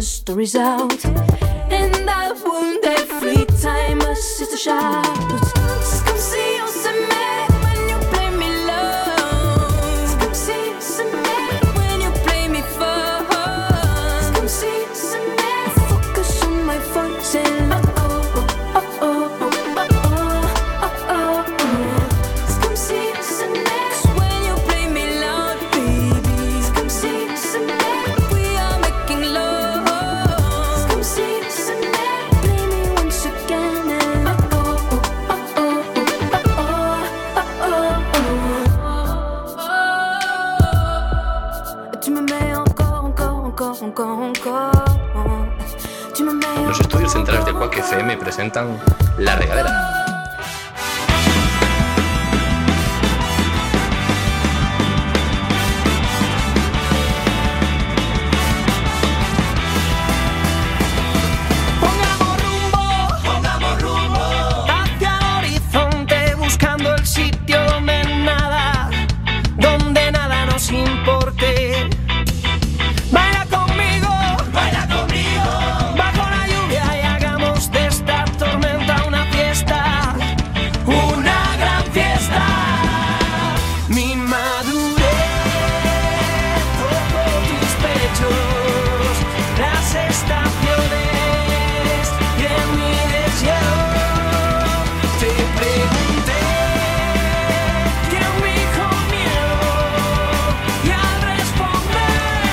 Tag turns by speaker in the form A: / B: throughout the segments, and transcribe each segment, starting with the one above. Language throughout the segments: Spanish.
A: stories out. And I wound every time my sister shouts. Come see us and me when you play me low. Come see us and me when you play me false. Come see us and me. Focus on my voice and my oh oh oh oh oh oh oh oh oh. Come see us and me when you play me loud, baby. Come see us and me. We are making love. Come see us and me. Play me once again and oh oh oh oh oh oh oh oh. Tu me mets encore, encore, encore, encore, encore. Tu me mets
B: Los estudios centrales de Quack FM presentan La Regadera.
C: Pongamos rumbo, pongamos rumbo hacia el horizonte buscando el sitio donde nada, donde nada nos importe. Baila conmigo, baila conmigo bajo la lluvia y hagamos de esta tormenta una fiesta, una gran fiesta. Mi madurez tocó tus pechos, las estaciones y en mi deseo te pregunté quién me con miedo y al responder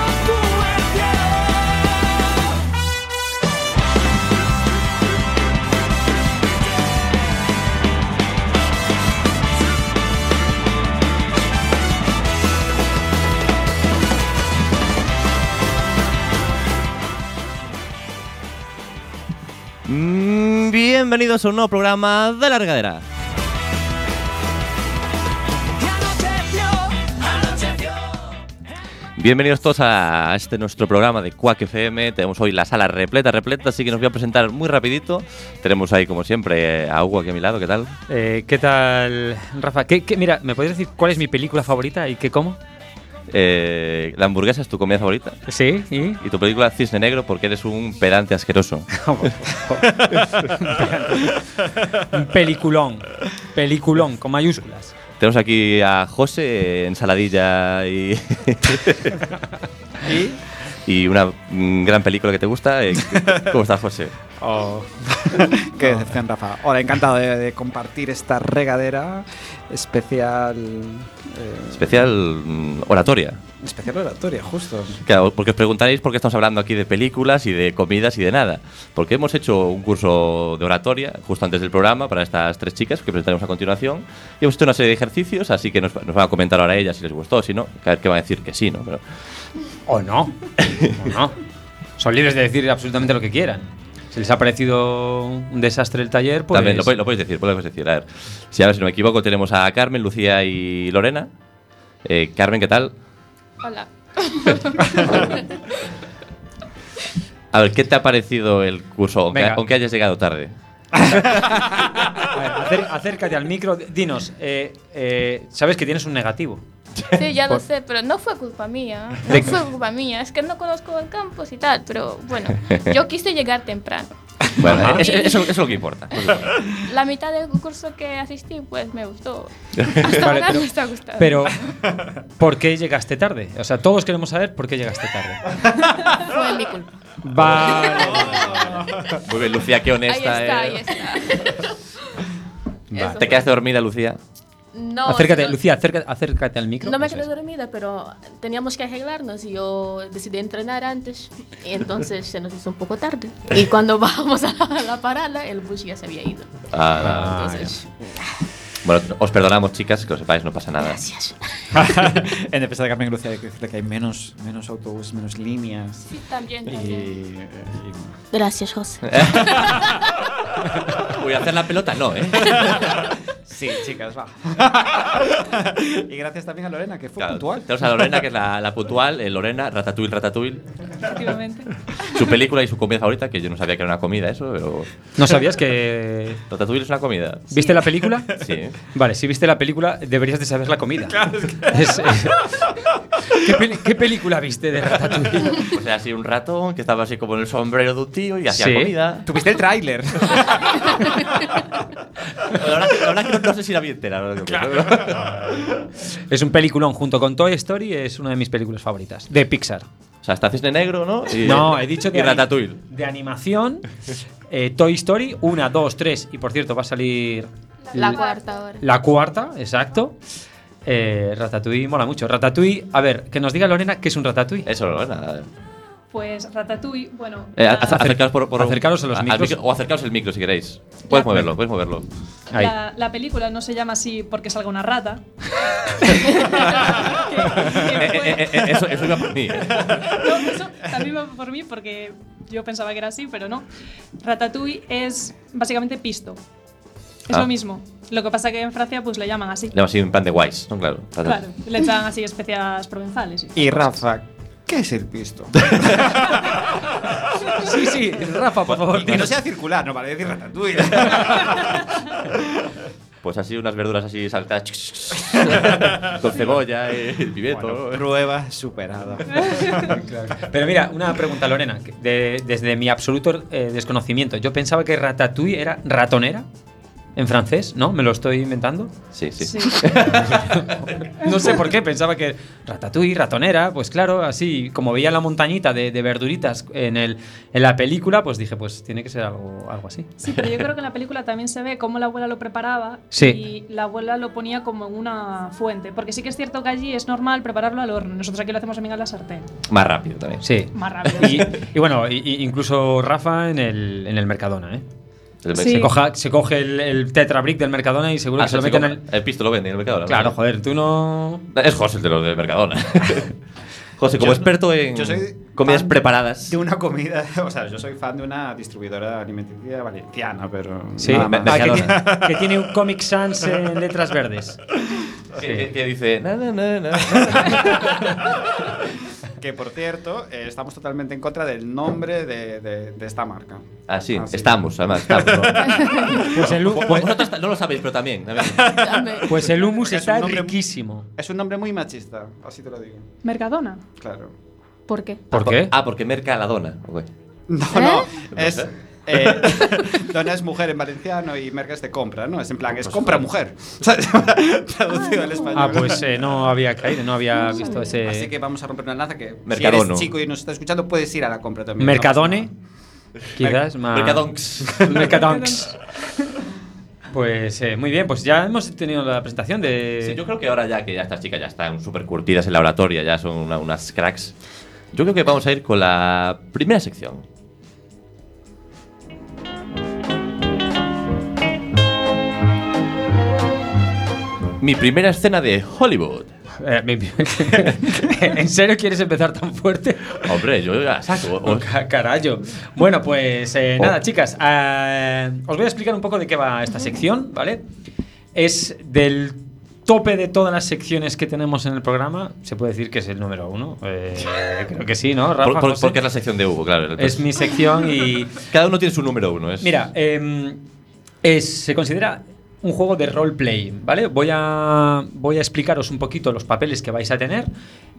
C: obtuve el cielo.
D: Mm, Bienvenidos a un nuevo programa de La Regadera. Bienvenidos todos a este nuestro programa de Quack FM. Tenemos hoy la sala repleta, repleta, así que nos voy a presentar muy rapidito. Tenemos ahí, como siempre, eh, a Hugo aquí a mi lado, ¿qué tal?
E: Eh, ¿Qué tal, Rafa? ¿Qué, qué- mira, ¿me podrías decir cuál es mi película favorita y qué como?
D: Eh, la hamburguesa es tu comida favorita
E: Sí, y.
D: y tu película Cisne Negro porque eres un pedante asqueroso.
E: Un peliculón. Peliculón, con mayúsculas.
D: Tenemos aquí a José, eh, ensaladilla y,
E: ¿Y?
D: y una mm, gran película que te gusta. eh, ¿Cómo estás, José?
F: Oh. Qué decepción, Rafa. Hola, encantado de, de compartir esta regadera especial. eh,
D: Especial mm, oratoria.
F: especial oratoria, justo.
D: Claro, porque os preguntaréis por qué estamos hablando aquí de películas y de comidas y de nada. Porque hemos hecho un curso de oratoria justo antes del programa para estas tres chicas que presentaremos a continuación. Y hemos hecho una serie de ejercicios, así que nos, nos van a comentar ahora ellas si les gustó, si no, que a ver qué van a decir que sí, ¿no? Pero,
E: O no. O no. Son libres de decir absolutamente lo que quieran. Si les ha parecido un desastre el taller, pues.
D: también lo, podéis- lo podéis decir, lo podéis decir. A ver, si ahora si no me equivoco tenemos a Carmen, Lucía y Lorena. Eh, Carmen, ¿qué tal?
G: Hola.
D: A ver, ¿qué te ha parecido el curso, aunque,
E: Venga.
D: aunque hayas llegado tarde?
E: A ver, acer- acércate al micro. Dinos, eh, eh, sabes que tienes un negativo.
G: Sí, ya lo
E: Por-
G: sé, pero no fue culpa mía. No
E: De-
G: fue culpa mía. Es que no conozco el campus y tal, pero bueno, yo quise llegar temprano.
D: Bueno, es- es- eso, eso es lo que importa.
G: La mitad del curso que asistí, pues me gustó. Hasta
E: Vale,
G: ahora
E: pero-
G: me está gustando.
E: Pero, ¿por qué llegaste tarde? O sea, todos queremos saber por qué llegaste tarde.
G: fue mi culpa.
E: Vale.
D: Muy bien, Lucía, qué
G: Ahí
D: honesta.
G: está,
D: eh.
G: ahí está. Eso.
D: ¿Te quedaste dormida, Lucía?
H: No,
E: Acércate,
H: no-
E: Lucía, acércate, acércate al micro.
H: No me
E: Eso
H: quedé
E: es.
H: dormida, pero teníamos que arreglarnos y yo decidí entrenar antes y entonces se nos hizo un poco tarde. Y cuando bajamos a la, a la parada, el bus ya se había ido.
D: Ah,
E: Ah,
H: Entonces,
D: Bueno, os perdonamos, chicas, que lo sepáis, no pasa nada.
H: gracias.
F: en defensa de Carmen Lucía hay que decirle que hay menos, menos autobús, menos líneas.
G: Sí, también,
F: Y, eh,
G: también.
F: y-
H: Gracias, José.
D: Voy a hacer la pelota, no, ¿eh?
F: Sí, chicas, va. y gracias también a Lorena, que fue
D: Claro,
F: puntual.
D: Tenemos a Lorena, que es la, la puntual, eh, Lorena, Ratatouille, Ratatouille.
I: Efectivamente.
D: Su película y su comida favorita, que yo no sabía que era una comida eso, pero.
E: ¿No sabías que.
D: Ratatouille es una comida.
E: ¿Viste la película?
D: Sí.
E: Vale, si viste la película, deberías de saber la comida. Es- es- ¿Qué, peli- qué película viste de Ratatouille?
D: O sea, Pues así un ratón que estaba así como en el sombrero de un tío y hacía
E: Sí.
D: comida.
F: Tuviste el tráiler.
D: La verdad, que- la verdad que no, no sé si la vi entera. la verdad que-
E: Es un peliculón junto con Toy Story, es una de mis películas favoritas. De Pixar.
D: O sea, está Cisne Negro, ¿no? Y-
E: No, he dicho que.
D: Y Ratatouille.
E: De animación, eh, Toy Story 1, 2, 3. Y por cierto, va a salir
G: La cuarta ahora.
E: la cuarta, exacto. Eh, Ratatouille mola mucho. Ratatouille, a ver, que nos diga Lorena qué es un Ratatouille.
D: Eso, Lorena.
I: Pues Ratatouille, bueno.
D: Eh,
I: la-
D: ac- acercaos por, por-
E: Ah, acercaros a los
D: al
E: micros.
D: micro- o acercaos el micro si queréis. Puedes moverlo, puedes moverlo.
E: Ahí.
I: La, la película no se llama así porque salga una rata. Que-
D: Eh,
I: que fue-
D: eh, eh, eh, eso, eso iba por mí. eh.
I: No, eso también va por mí porque Eh, yo pensaba que era así, pero no. Ratatouille es básicamente pisto. Es
D: Ah.
I: lo mismo. Lo que pasa que en Francia pues le llaman así.
D: No, así un pan de guays, ¿no? Claro.
I: Claro, le echan así especias provenzales. y-
F: Y Rafa, ¿qué es el pisto?
E: Sí, sí, Rafa, por favor.
F: y que no sea circular, no vale decir ratatouille.
D: Pues así unas verduras así saltadas con cebolla y pibeto.
F: Bueno, prueba superada.
E: Pero mira, una pregunta, Lorena, que de- desde mi absoluto eh, desconocimiento. Yo pensaba que ratatouille era ratonera en francés, ¿no? ¿Me lo estoy inventando?
D: Sí, sí.
I: Sí.
E: No sé por qué, pensaba que ratatouille, ratonera, pues claro, así como veía la montañita de, de verduritas en, el, en la película, pues dije, pues tiene que ser algo, algo así.
I: Sí, pero yo creo que en la película también se ve cómo la abuela lo preparaba
E: Sí.
I: y la abuela lo ponía como en una fuente. Porque sí que es cierto que allí es normal prepararlo al horno. Nosotros aquí lo hacemos también a la sartén.
D: Más rápido también.
E: Sí.
I: Más rápido.
E: Y, y bueno, y- y incluso Rafa en el, en el Mercadona, ¿eh?
D: El
I: Sí.
E: Se, coja- se coge el, el Tetra Brick del Mercadona y seguro
D: Ah,
E: que se lo
D: sí,
E: meten
D: como-
E: en el...
D: el pisto lo venden en el mercado. ¿no?
E: Claro, joder, tú no...
D: Es José el de los de Mercadona. José, como
F: Yo-
D: experto en
F: yo soy
D: comidas
F: fan
D: preparadas.
F: De una comida, o sea, yo soy fan de una distribuidora alimenticia valenciana, pero.
E: Sí,
F: nada
D: me-
F: más.
D: me-
E: Ah, que,
D: Mercadona.
E: tiene- que tiene un Comic Sans en letras verdes.
D: que, que dice. "Na, na, na, na".
F: Que por cierto, eh, estamos totalmente en contra del nombre de, de- de esta marca.
D: Ah, sí,
F: Así.
D: estamos, además, estamos. ¿no?
E: Pues el, hu-
D: Pues
E: pues-
D: vosotros ta- no lo sabéis, pero también. también.
E: pues el hummus
F: Porque es
E: está
F: un nombre-
E: riquísimo.
F: Es un nombre muy machista, así te lo digo.
I: Mercadona.
F: Claro.
G: ¿Por qué?
E: ¿Por
D: Ah,
E: qué?
D: Ah, porque merca la dona. ok.
F: No, no,
D: ¿Eh?
F: es. eh, dona es mujer en valenciano y merca es de compra, ¿no? Es en plan, es compra mujer. Traducido al español.
E: Ah, pues eh, no había caído, no había visto
F: Así que
E: ese...
F: vamos a romper una lanza que
D: Mercadono.
F: si eres chico y nos está escuchando puedes ir a la compra también.
E: Mercadone, quizás más...
D: Mercadonks.
E: Mercadonks. Pues eh, muy bien, pues ya hemos tenido la presentación de...
D: Sí, yo creo que ahora ya que ya estas chicas ya están súper curtidas en la oratoria, ya son una- unas cracks. Yo creo que vamos a ir con la primera sección. Mi primera escena de Hollywood.
E: Eh, mi- mi- ¿En serio quieres empezar tan fuerte?
D: Hombre, yo ya saco. o-
E: Ca- Carayo. Ah, Bueno, pues eh,
D: Oh.
E: nada, chicas. eh, os voy a explicar un poco de qué va esta sección, ¿vale? Es del tope de todas las secciones que tenemos en el programa. Se puede decir que es el número uno. Eh, creo que sí, ¿no? Rafa,
D: por- por-
E: José?
D: porque es la sección de Hugo, claro.
E: es mi sección y.
D: Cada uno tiene su número uno. Es...
E: Mira, em, es- se considera un juego de roleplay, ¿vale? Voy a, voy a explicaros un poquito los papeles que vais a tener.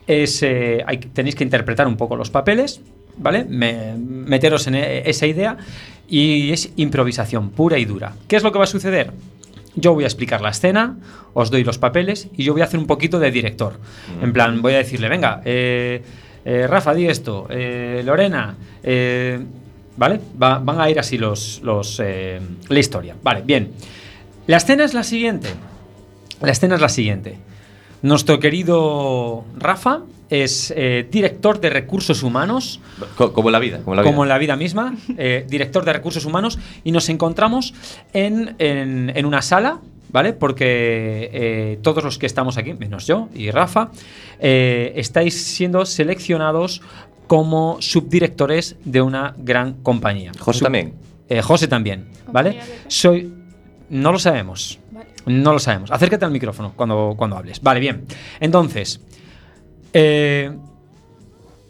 E: Es, eh, hay- tenéis que interpretar un poco los papeles, ¿vale? Me- meteros en e- esa idea y es improvisación pura y dura. ¿Qué es lo que va a suceder? Yo voy a explicar la escena, os doy los papeles y yo voy a hacer un poquito de director. En plan, voy a decirle, venga, eh, eh, Rafa, di esto, eh, Lorena, eh, ¿vale? Va- van a ir así los, los, eh, la historia. Vale, bien. La escena es la siguiente. La escena es la siguiente. Nuestro querido Rafa es eh, director de recursos humanos
D: Co- como en la vida. Como en la vida.
E: como en la vida misma, eh, director de recursos humanos, y nos encontramos en, en- en una sala, ¿vale? Porque eh, todos los que estamos aquí, menos yo y Rafa, eh, estáis siendo seleccionados como subdirectores de una gran compañía.
D: José
E: Sub-
D: también.
E: Eh, José también, ¿vale?
G: ¿Compañía de qué?
E: Soy... No lo sabemos.
G: Vale.
E: No lo sabemos. Acércate al micrófono cuando, cuando hables. Vale, bien. Entonces, eh,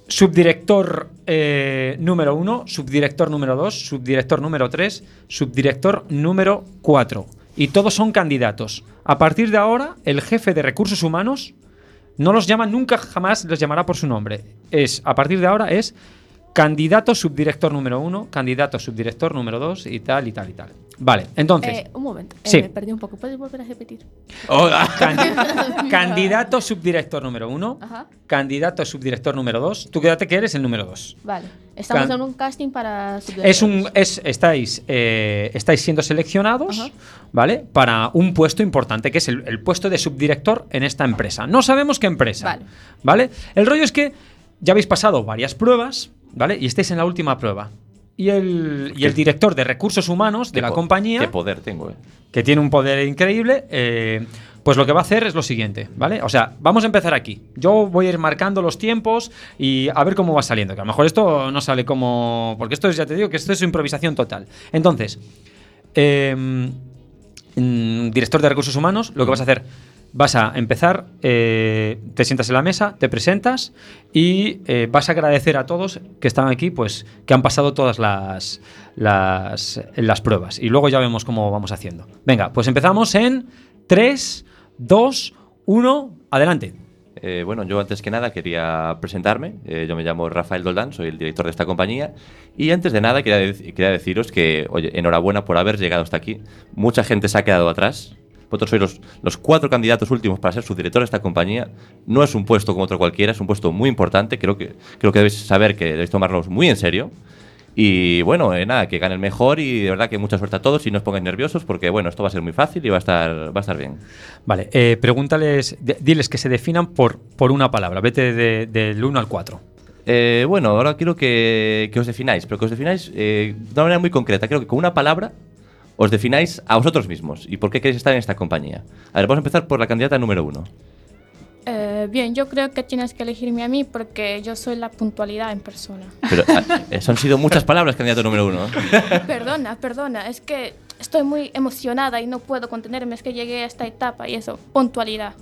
E: subdirector eh, número uno, subdirector número dos, subdirector número tres, subdirector número cuatro. Y todos son candidatos. A partir de ahora, el jefe de recursos humanos no los llama nunca, jamás los llamará por su nombre. Es, a partir de ahora es candidato subdirector número uno, candidato subdirector número dos y tal y tal y tal. Vale, entonces.
H: Eh, un momento, eh,
E: Sí.
H: me perdí un poco. ¿Puedes volver a repetir?
E: Can- candidato subdirector número uno,
H: Ajá.
E: candidato subdirector número dos. Tú quédate que eres el número dos.
H: Vale. Estamos
E: Can-
H: en un casting para
E: Es un,
H: subdirectores.
E: es, estáis, eh, estáis siendo seleccionados,
H: Ajá.
E: ¿vale? Para un puesto importante, que es el, el puesto de subdirector en esta empresa. No sabemos qué empresa,
H: Vale.
E: ¿vale? El rollo es que ya habéis pasado varias pruebas, ¿vale? Y estáis en la última prueba. Y el, y el
D: Qué-
E: director de recursos humanos de
D: Qué
E: la
D: po-
E: compañía
D: Qué poder tengo, eh.
E: que tiene un poder increíble, eh, pues lo que va a hacer es lo siguiente, ¿vale? O sea, vamos a empezar aquí. Yo voy a ir marcando los tiempos y a ver cómo va saliendo, que a lo mejor esto no sale como... Porque esto es, ya te digo, que esto es improvisación total. Entonces, eh, mm, director de recursos humanos, lo que vas a hacer, vas a empezar, eh, te sientas en la mesa, te presentas y eh, vas a agradecer a todos que están aquí, pues que han pasado todas las, las, las pruebas. Y luego ya vemos cómo vamos haciendo. Venga, pues empezamos en 3, 2, 1, adelante.
D: Eh, bueno, yo antes que nada quería presentarme. Eh, yo me llamo Rafael Doldán, soy el director de esta compañía. Y antes de nada quería, dec- quería deciros que, oye, enhorabuena por haber llegado hasta aquí. Mucha gente se ha quedado atrás. Vosotros sois los, los cuatro candidatos últimos para ser subdirector de esta compañía. No es un puesto como otro cualquiera, es un puesto muy importante. Creo que, creo que debéis saber que debéis tomarlos muy en serio. Y bueno, eh, nada, que gane el mejor y de verdad que mucha suerte a todos y no os pongáis nerviosos porque bueno, esto va a ser muy fácil y va a estar, va a estar bien.
E: Vale, eh, pregúntales, di- diles que se definan por, por una palabra. Vete de- del 1 al 4.
D: Eh, bueno, ahora quiero que, que os defináis, pero que os defináis eh, de una manera muy concreta. Creo que con una palabra os defináis a vosotros mismos y por qué queréis estar en esta compañía. A ver, vamos a empezar por la candidata número uno.
G: Eh, bien, yo creo que tienes que elegirme a mí porque yo soy la puntualidad en persona.
D: Pero ah, eso han sido muchas palabras, candidata número uno.
G: Perdona, perdona, es que estoy muy emocionada y no puedo contenerme, es que llegué a esta etapa y eso, puntualidad.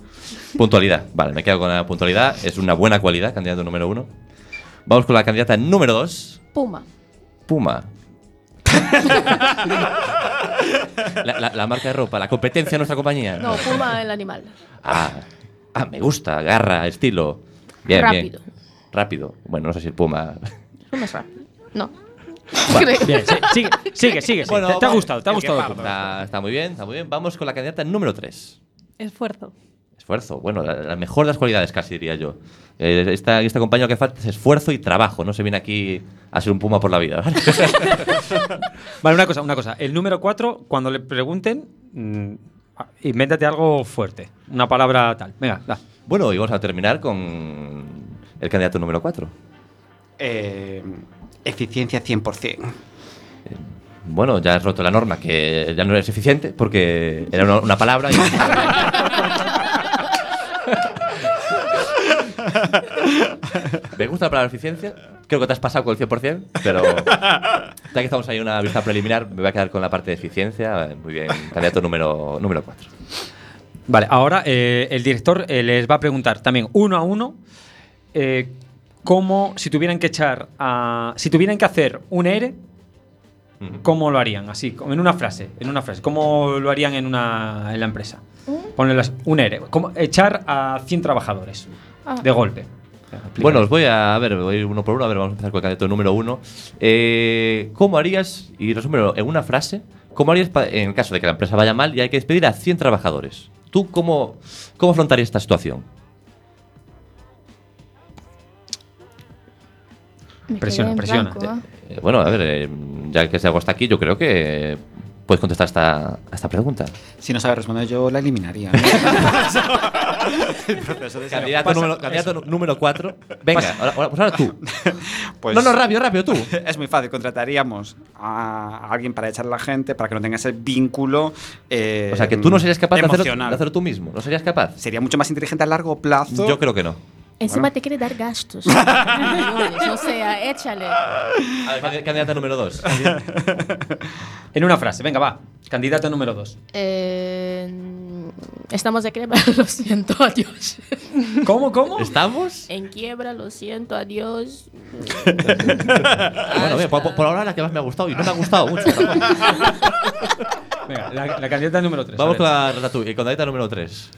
D: Puntualidad. Vale, me quedo con la puntualidad. Es una buena cualidad, candidato número uno. Vamos con la candidata número dos,
H: Puma.
D: Puma. La, la- la marca de ropa, la competencia de nuestra compañía.
H: No, Puma el animal.
D: Ah, ah, me gusta, garra, estilo. Bien, bien.
H: Rápido.
D: Rápido. Bueno, no sé si el Puma.
H: Puma es rápido. No.
D: Vale.
E: Bien, sí, sigue, sigue, sigue. sí.
D: Bueno,
E: te, te ha
D: vamos.
E: gustado, te ha
F: El que
E: gustado.
F: parda.
D: Está, está muy bien, está muy bien. Vamos con la candidata número 3.
I: Esfuerzo.
D: Esfuerzo. Bueno, la, la mejor de las cualidades, casi diría yo. Eh, esta, esta compañía lo que falta es esfuerzo y trabajo. No se viene aquí a ser un Puma por la vida. ¿vale?
E: Vale, una cosa, una cosa. El número 4, cuando le pregunten, mm, ah, invéntate algo fuerte. Una palabra tal. Venga, da.
D: bueno, y vamos a terminar con el candidato número 4.
F: Eh, eficiencia 100%.
D: Bueno, ya has roto la norma, que ya no eres eficiente porque era una, una palabra. y- Me gusta la palabra eficiencia. Creo que te has pasado con el 100%, pero ya que estamos ahí en una vista preliminar, me voy a quedar con la parte de eficiencia. Muy bien, candidato número, número 4.
E: Vale, ahora eh, el director eh, les va a preguntar también uno a uno eh, cómo, si tuvieran que echar a. Si tuvieran que hacer un ERE, ¿cómo lo harían? Así, como en una frase, en una frase. ¿Cómo lo harían en, una, en la empresa? Ponle las- un ERE. ¿Cómo echar a 100 trabajadores
H: Ah.
G: Ah,
E: de golpe?
D: Bueno, os voy a, a ver, voy uno por uno. A ver, vamos a empezar con el candidato número uno. Eh, ¿Cómo harías, y resúmelo en una frase, cómo harías pa- en el caso de que la empresa vaya mal y hay que despedir a 100 trabajadores? ¿Tú cómo, cómo afrontarías esta situación?
G: Me quedé
E: Presiona,
G: en
E: presiona.
G: blanco, ¿eh?
D: Eh, bueno, a ver, eh, ya que se hago hasta aquí, yo creo que eh, puedes contestar esta, a esta pregunta.
F: Si no sabe responder, yo la eliminaría. El proceso de-
D: Candidato, número, candidato número cuatro. Venga, ahora, ahora- pues ahora tú.
F: Pues-
D: No, no, rápido, rápido, tú.
F: Es muy fácil, contrataríamos a alguien para echar a la gente, para que no tenga ese vínculo. eh,
D: O sea, que tú no serías capaz de hacerlo,
F: emocional.
D: de hacerlo tú mismo. ¿No serías capaz?
F: Sería mucho más inteligente a largo plazo.
D: Yo creo que no.
H: Encima te quiere dar gastos. Millones, o sea, échale.
D: A ver, candid- candidata número 2.
E: En una frase, venga, va. Candidato número dos.
H: Eh, estamos de quiebra, lo siento, adiós.
E: ¿Cómo, cómo?
D: ¿Estamos?
H: En quiebra, lo siento, adiós.
D: Bueno, mira, por, por ahora la que más me ha gustado y no me ha gustado mucho.
E: Venga, la, la candidata número tres.
D: Vamos
E: a
D: con
E: ver.
D: la ratatouille, candidata número 3.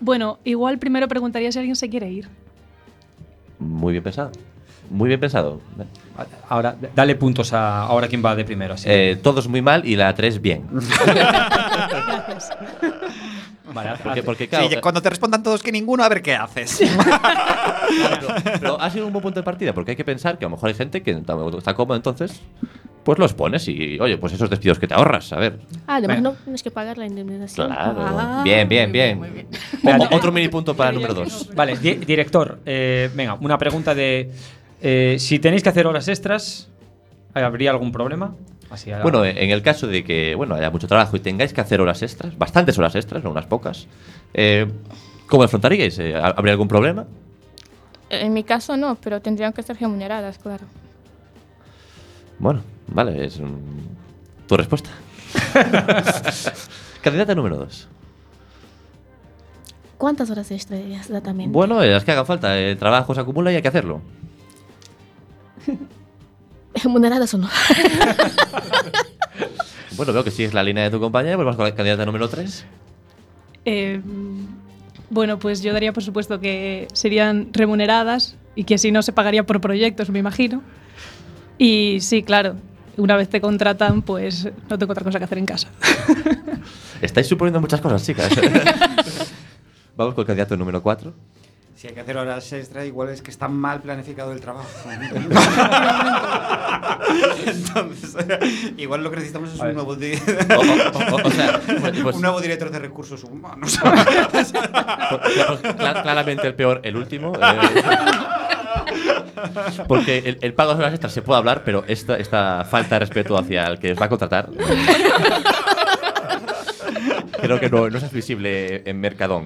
I: Bueno, igual primero preguntaría si alguien se quiere ir.
D: Muy bien pensado. Muy bien pensado.
E: Ahora, dale puntos a ahora quien va de primero. Así.
D: Eh, todos muy mal y la 3 bien.
E: Vale, haz-
D: Porque,
E: haz-
D: porque claro,
F: Sí,
D: eh,
F: cuando te respondan todos que ninguno, a ver qué haces.
D: Pero- pero ha sido un buen punto de partida porque hay que pensar que a lo mejor hay gente que tam- está cómoda entonces, pues los pones y, oye, pues esos despidos que te ahorras, a ver.
H: Ah, además
E: Venga.
H: no tienes que pagar la indemnización.
D: Claro.
H: Ah,
D: Bien, bien,
H: muy
D: bien.
H: muy bien.
D: O- o- Otro mini punto para el número 2.
E: Vale, di- director, eh, venga, una pregunta de eh, si tenéis que hacer horas extras, ¿habría algún problema? Así, a la-
D: Bueno, en el caso de que bueno haya mucho trabajo y tengáis que hacer horas extras, bastantes horas extras, no unas pocas, eh, ¿cómo afrontaríais? Eh, ¿ha- ¿Habría algún problema?
G: En mi caso no, pero tendrían que ser remuneradas, claro.
D: Bueno, vale, es mm, tu respuesta. Candidata número 2.
H: ¿Cuántas horas extra exactamente?
D: Bueno, eh, las que hagan falta, el trabajo se acumula y hay que hacerlo.
H: ¿Remuneradas o no?
D: Bueno, veo que sigues la línea de tu compañera, pues vamos con la candidata número 3.
I: Eh, bueno, pues yo daría por supuesto que serían remuneradas y que si no se pagaría por proyectos, me imagino. Y sí, claro, una vez te contratan, pues no tengo otra cosa que hacer en casa.
D: Estáis suponiendo muchas cosas, chicas. vamos con el candidato número 4.
F: Si hay que hacer horas extra, igual es que está mal planificado el trabajo. Entonces, igual lo que necesitamos es
E: A ver.
F: un nuevo, di-
D: O, o- o- o sea, pues- pues-
F: un nuevo director de recursos humanos.
D: Por- claro, cla- claramente el peor, el último. eh. porque el, el pago de horas extras se puede hablar, pero esta, esta falta de respeto hacia el que os va a contratar. Creo que no, no es admisible en Mercadón.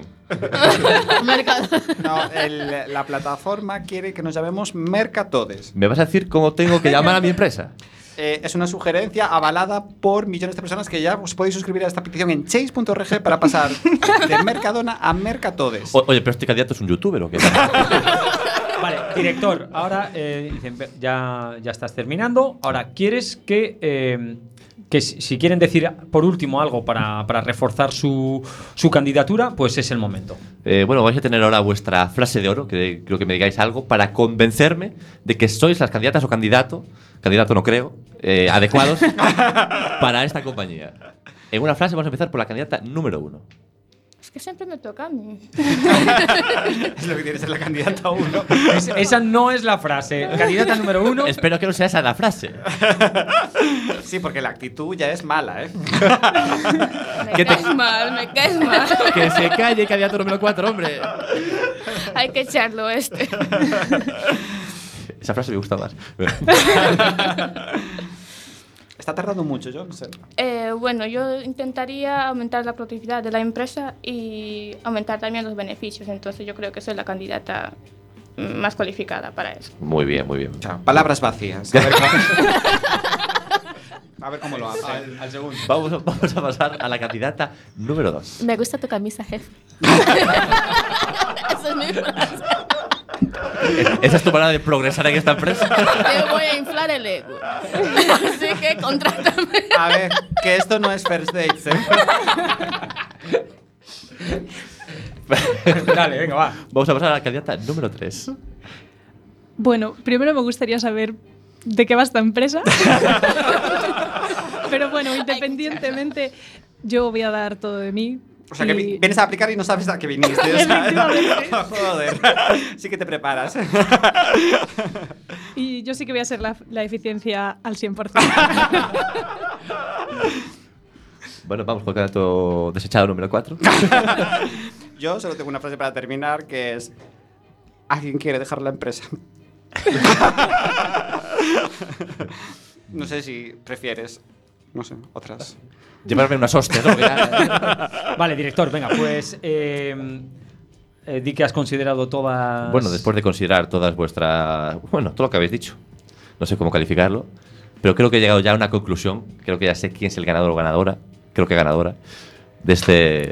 H: Mercado.
F: no, el- la plataforma quiere que nos llamemos Mercatodes.
D: ¿Me vas a decir cómo tengo que llamar a mi empresa?
F: Eh, es una sugerencia avalada por millones de personas que ya os podéis suscribir a esta petición en chase.org para pasar de Mercadona a Mercatodes.
D: O- oye, pero este candidato es un youtuber o qué.
E: Vale, director, ahora eh, dicen, "Ve- ya, ya estás terminando. Ahora, ¿quieres que, eh, que si, si quieren decir por último algo para, para reforzar su, su candidatura, pues es el momento?
D: Eh, bueno, vais a tener ahora vuestra frase de oro, que creo que me digáis algo, para convencerme de que sois las candidatas o candidato, candidato no creo, eh, adecuados para esta compañía. En una frase vamos a empezar por la candidata número uno.
G: Es que siempre me toca a mí.
F: Es lo que tiene que ser la candidata 1.
E: Es- esa no es la frase. Candidata número uno.
D: Espero que no sea esa la frase.
F: Sí, porque la actitud ya es mala, ¿eh?
G: Me
D: ¿Qué te-
G: caes mal, me caes mal.
D: Que se calle, candidato número cuatro, hombre.
G: Hay que echarlo este.
D: Esa frase me gusta más.
F: Está tardando mucho, yo no sé.
G: Eh, bueno, yo intentaría aumentar la productividad de la empresa y aumentar también los beneficios. Entonces yo creo que soy la candidata mm, más cualificada para eso.
D: Muy bien, muy bien.
F: O sea, palabras vacías. A ver cómo, a ver cómo lo hace.
E: Al segundo.
D: Vamos, a- vamos a pasar a la candidata número dos.
H: Me gusta tu camisa, jefe. Esa es mi frase.
D: Esa es tu manera de progresar en esta empresa.
H: Te voy a inflar el ego. Así que contrátame.
F: A ver, que esto no es first dates, ¿eh?
E: Dale, venga, va.
D: Vamos a pasar a la candidata número tres.
I: Bueno, primero me gustaría saber de qué va esta empresa. Pero bueno, independientemente, yo voy a dar todo de mí.
F: O sea, que
I: y-
F: vi- vienes a aplicar y no sabes a qué viniste. o sea,
I: Efectivamente.
F: joder. Sí que te preparas.
I: Y yo sí que voy a ser la, la eficiencia al 100%.
D: Bueno, vamos con el candidato desechado número cuatro.
F: Yo solo tengo una frase para terminar que es... ¿Alguien quiere dejar la empresa? No sé si prefieres, no sé, otras.
D: Llevarme unas hostias, ¿no? Que ya-
E: Vale, director, venga, pues. eh, eh, di que has considerado todas.
D: Bueno, después de considerar todas vuestras. Bueno, todo lo que habéis dicho. No sé cómo calificarlo. Pero creo que he llegado ya a una conclusión. Creo que ya sé quién es el ganador o ganadora. Creo que ganadora. De, este,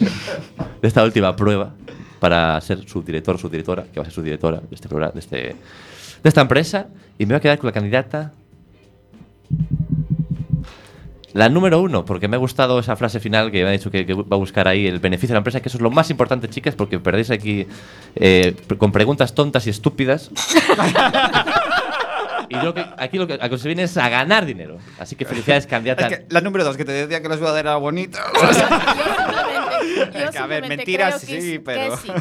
D: de esta última prueba para ser subdirector o subdirectora, que va a ser subdirectora de, este programa, de, este, de esta empresa. Y me voy a quedar con la candidata. La número uno, porque me ha gustado esa frase final que me ha dicho que, que va a buscar ahí el beneficio de la empresa, que eso es lo más importante, chicas, porque perdéis aquí eh, pre- con preguntas tontas y estúpidas. y yo que aquí lo que, a lo que se viene es a ganar dinero. Así que felicidades, candidata.
F: Es que la número dos, que te decía que la ciudad era bonita.
H: Yo simplemente, yo
F: Que, a ver,
H: simplemente
F: mentiras
H: creo que
F: sí,
H: que
F: pero-
H: sí.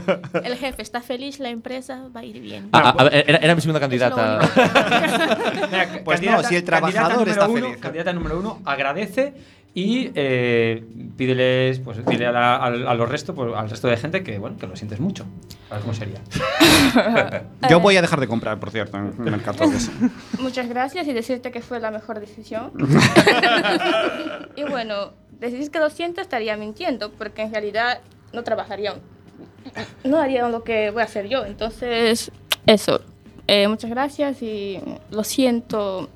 H: El jefe está feliz, la empresa va a ir bien.
D: Ah, ah, a ver, era, era mi segunda
H: Es lo
D: candidata.
H: único.
E: Mira,
F: Pues no,
E: candidata-
F: si
E: candidata
F: el trabajador
E: número
F: está
E: uno-
F: feliz.
E: Candidata número uno agradece y eh, pídeles, pues dile a, la- al- a los resto, pues, al resto de gente que bueno, que lo sientes mucho. A ver cómo sería.
F: Yo voy a dejar de comprar, por cierto, en el mercado.
G: Muchas gracias y decirte que fue la mejor decisión. y bueno, decir que lo siento estaría mintiendo, porque en realidad no trabajarían. No harían lo que voy a hacer yo. Entonces, eso. Eh, muchas gracias y lo siento.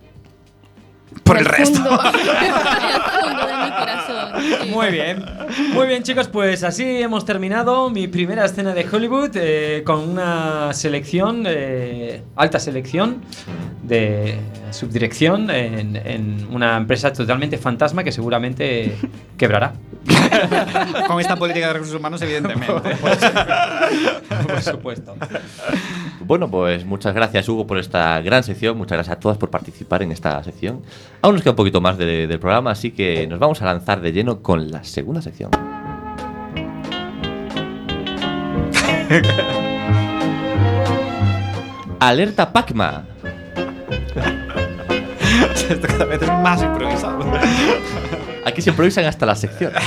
F: Por
G: en
F: el resto.
G: Fondo, en el fondo de mi corazón. sí.
E: Muy bien. Muy bien, chicos, pues así hemos terminado mi primera escena de Hollywood eh, con una selección, eh, alta selección de subdirección en, en una empresa totalmente fantasma que seguramente quebrará.
F: Con esta política de recursos humanos, evidentemente. Pues,
E: Por supuesto.
D: Bueno, pues muchas gracias Hugo por esta gran sección, muchas gracias a todas por participar en esta sección. Aún nos queda un poquito más de- del programa, así que nos vamos a lanzar de lleno con la segunda sección. Alerta Pacma.
F: Esto cada vez es más improvisado.
D: Aquí se improvisan hasta las secciones.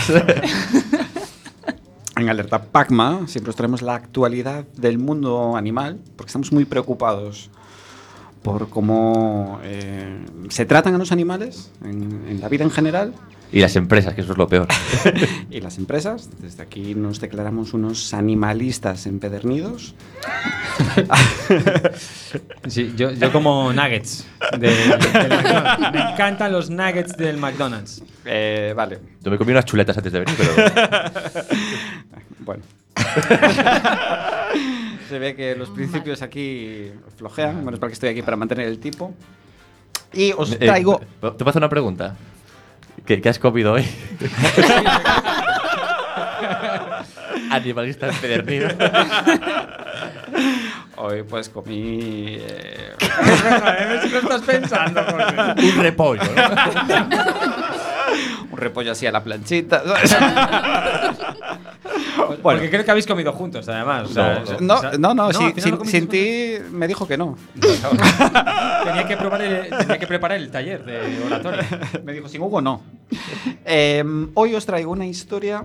F: En Alerta Pacma siempre os traemos la actualidad del mundo animal, porque estamos muy preocupados por cómo eh, se tratan a los animales en, en la vida en general
D: y las empresas, que eso es lo peor.
F: y las empresas. Desde aquí nos declaramos unos animalistas empedernidos.
E: Sí, yo, yo como nuggets. de- del McDonald's. Me encantan los nuggets del McDonald's.
F: Eh, vale,
D: Yo me comí unas chuletas antes de venir, pero
F: bueno. se ve que los principios aquí flojean, menos para que estoy aquí para mantener el tipo. Y os
D: Eh,
F: traigo...
D: ¿Te puedo hacer una pregunta? ¿Qué, qué has comido hoy? Animalista empedernido.
F: Hoy pues comí... eh,
E: Es verdad, ¿eh? Si lo estás pensando, Jorge.
D: Un repollo, ¿no?
F: un repollo así a la planchita. ¿sabes?
E: Porque creo que habéis comido juntos, además. o sea, o
F: No,
E: sea-
F: no, no,
E: al
F: sin,
E: final
F: sin-
E: lo comisteis
F: sin ti me dijo que no.
E: Tenía que, preparar el, tenía que preparar el taller de oratoria.
F: Me dijo, sin Hugo no. Em, hoy os traigo una historia